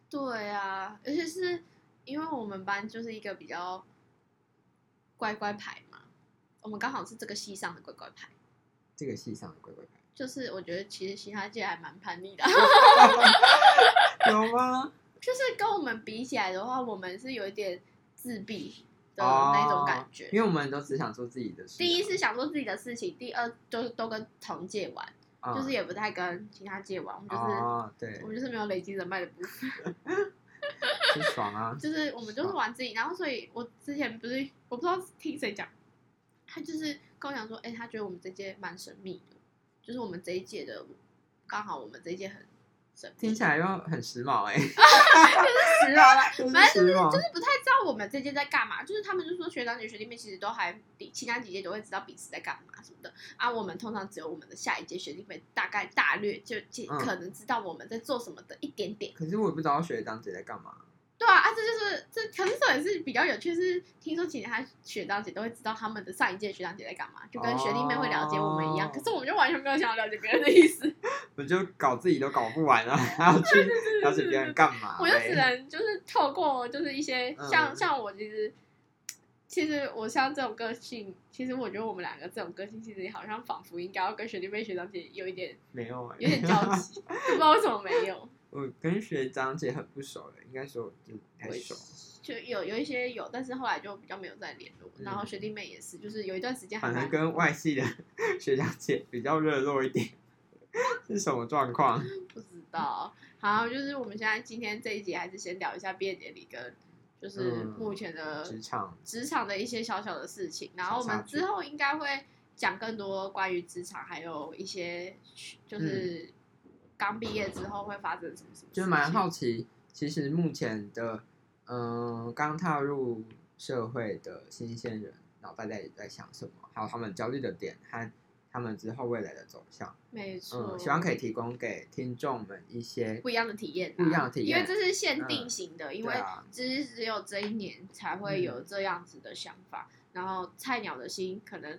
[SPEAKER 3] 对啊，而且是因为我们班就是一个比较乖乖牌嘛，我们刚好是这个系上的乖乖牌，
[SPEAKER 2] 这个系上的乖乖 牌
[SPEAKER 3] 就是我觉得其实其他界还蛮叛逆的，
[SPEAKER 2] 哦有吗？
[SPEAKER 3] 就是跟我们比起来的话，我们是有一点自闭的那种感觉。
[SPEAKER 2] 哦因为我们都只想做自己的事啊。
[SPEAKER 3] 第一是想做自己的事情，第二就是都跟同届玩，
[SPEAKER 2] 嗯
[SPEAKER 3] 就是也不太跟其他届玩，我们就是、
[SPEAKER 2] 哦，对
[SPEAKER 3] 我，们就是没有累积人脉的部分，！
[SPEAKER 2] 很爽啊
[SPEAKER 3] 就是我们就是玩自己。然后所以我之前不是我不知道听谁讲，他就是跟我讲说，哎、他觉得我们这届蛮神秘的，就是我们这一届的刚好我们这一届很神秘，啊
[SPEAKER 2] 听起来又很时髦 哎、欸，
[SPEAKER 3] 来 了啦，
[SPEAKER 2] 就是
[SPEAKER 3] 反正
[SPEAKER 2] 时髦。
[SPEAKER 3] 就是不太知道我们这届在干嘛，就是他们就说学长姐学弟妹其实都还比其他几届都会知道彼此在干嘛什么的啊，我们通常只有我们的下一届学弟妹大概大略就就
[SPEAKER 2] 嗯
[SPEAKER 3] 可能知道我们在做什么的一点点，
[SPEAKER 2] 可是我也不知道学长姐在干嘛。
[SPEAKER 3] 对啊啊，这就是这可是这也是比较有趣，是听说其他学长姐都会知道他们的上一届学长姐在干嘛，就跟学弟妹会了解我们一样，
[SPEAKER 2] 哦
[SPEAKER 3] 可是我们就完全没有想要了解别人的意思，
[SPEAKER 2] 我就搞自己都搞不完啊，还 要去了解别人干嘛嘞？
[SPEAKER 3] 我就只能就是透过就是一些
[SPEAKER 2] 嗯
[SPEAKER 3] 像、像我其实，其实我像这种个性，其实我觉得我们两个这种个性，其实好像仿佛应该要跟学弟妹学长姐有一点
[SPEAKER 2] 没有哎、
[SPEAKER 3] 有点交集，不知道为什么没有，
[SPEAKER 2] 我跟学长姐很不熟的，应该说嗯
[SPEAKER 3] 我
[SPEAKER 2] 还
[SPEAKER 3] 也
[SPEAKER 2] 熟。
[SPEAKER 3] 就有有一些有，但是后来就比较没有再联络。
[SPEAKER 2] 嗯
[SPEAKER 3] 然后学弟妹也是，就是有一段时间还
[SPEAKER 2] 反
[SPEAKER 3] 蛮
[SPEAKER 2] 正跟外系的 学长姐比较热络一点， 是什么状况？
[SPEAKER 3] 不知道。好，就是我们现在今天这一集还是先聊一下毕业典礼跟就是
[SPEAKER 2] 嗯
[SPEAKER 3] 目前的
[SPEAKER 2] 职场
[SPEAKER 3] 职场的一些小小的事情，然后我
[SPEAKER 2] 小插
[SPEAKER 3] 们
[SPEAKER 2] 曲
[SPEAKER 3] 之后应该会讲更多关于职场，还有一些就是刚毕业之后会发生什么什么事情，
[SPEAKER 2] 嗯就是蛮好奇，其实目前的嗯刚踏入社会的新鲜人脑袋在在想什么，还有他们焦虑的点和他们之后未来的走向。
[SPEAKER 3] 没错，
[SPEAKER 2] 嗯，希望可以提供给听众们一些
[SPEAKER 3] 不一样的体验啊、
[SPEAKER 2] 不一样的体验
[SPEAKER 3] 因为这是限定型的，因
[SPEAKER 2] 对
[SPEAKER 3] 为
[SPEAKER 2] 啊嗯
[SPEAKER 3] 只只有这一年才会有这样子的想法，然后菜鸟的心可能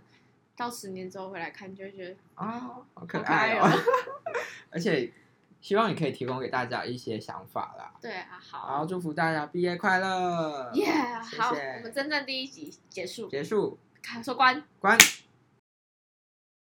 [SPEAKER 3] 到十年之后回来看，就会觉得
[SPEAKER 2] 啊，好可
[SPEAKER 3] 好可
[SPEAKER 2] 爱
[SPEAKER 3] 爱
[SPEAKER 2] 哦！
[SPEAKER 3] 哦
[SPEAKER 2] 而且希望你可以提供给大家一些想法啦。
[SPEAKER 3] 对啊，
[SPEAKER 2] 好，
[SPEAKER 3] 好，
[SPEAKER 2] 祝福大家毕业快乐！
[SPEAKER 3] 耶、yeah,，好，
[SPEAKER 2] 谢谢
[SPEAKER 3] 我们真正第一集结束，
[SPEAKER 2] 结束
[SPEAKER 3] 开收官。
[SPEAKER 2] 关。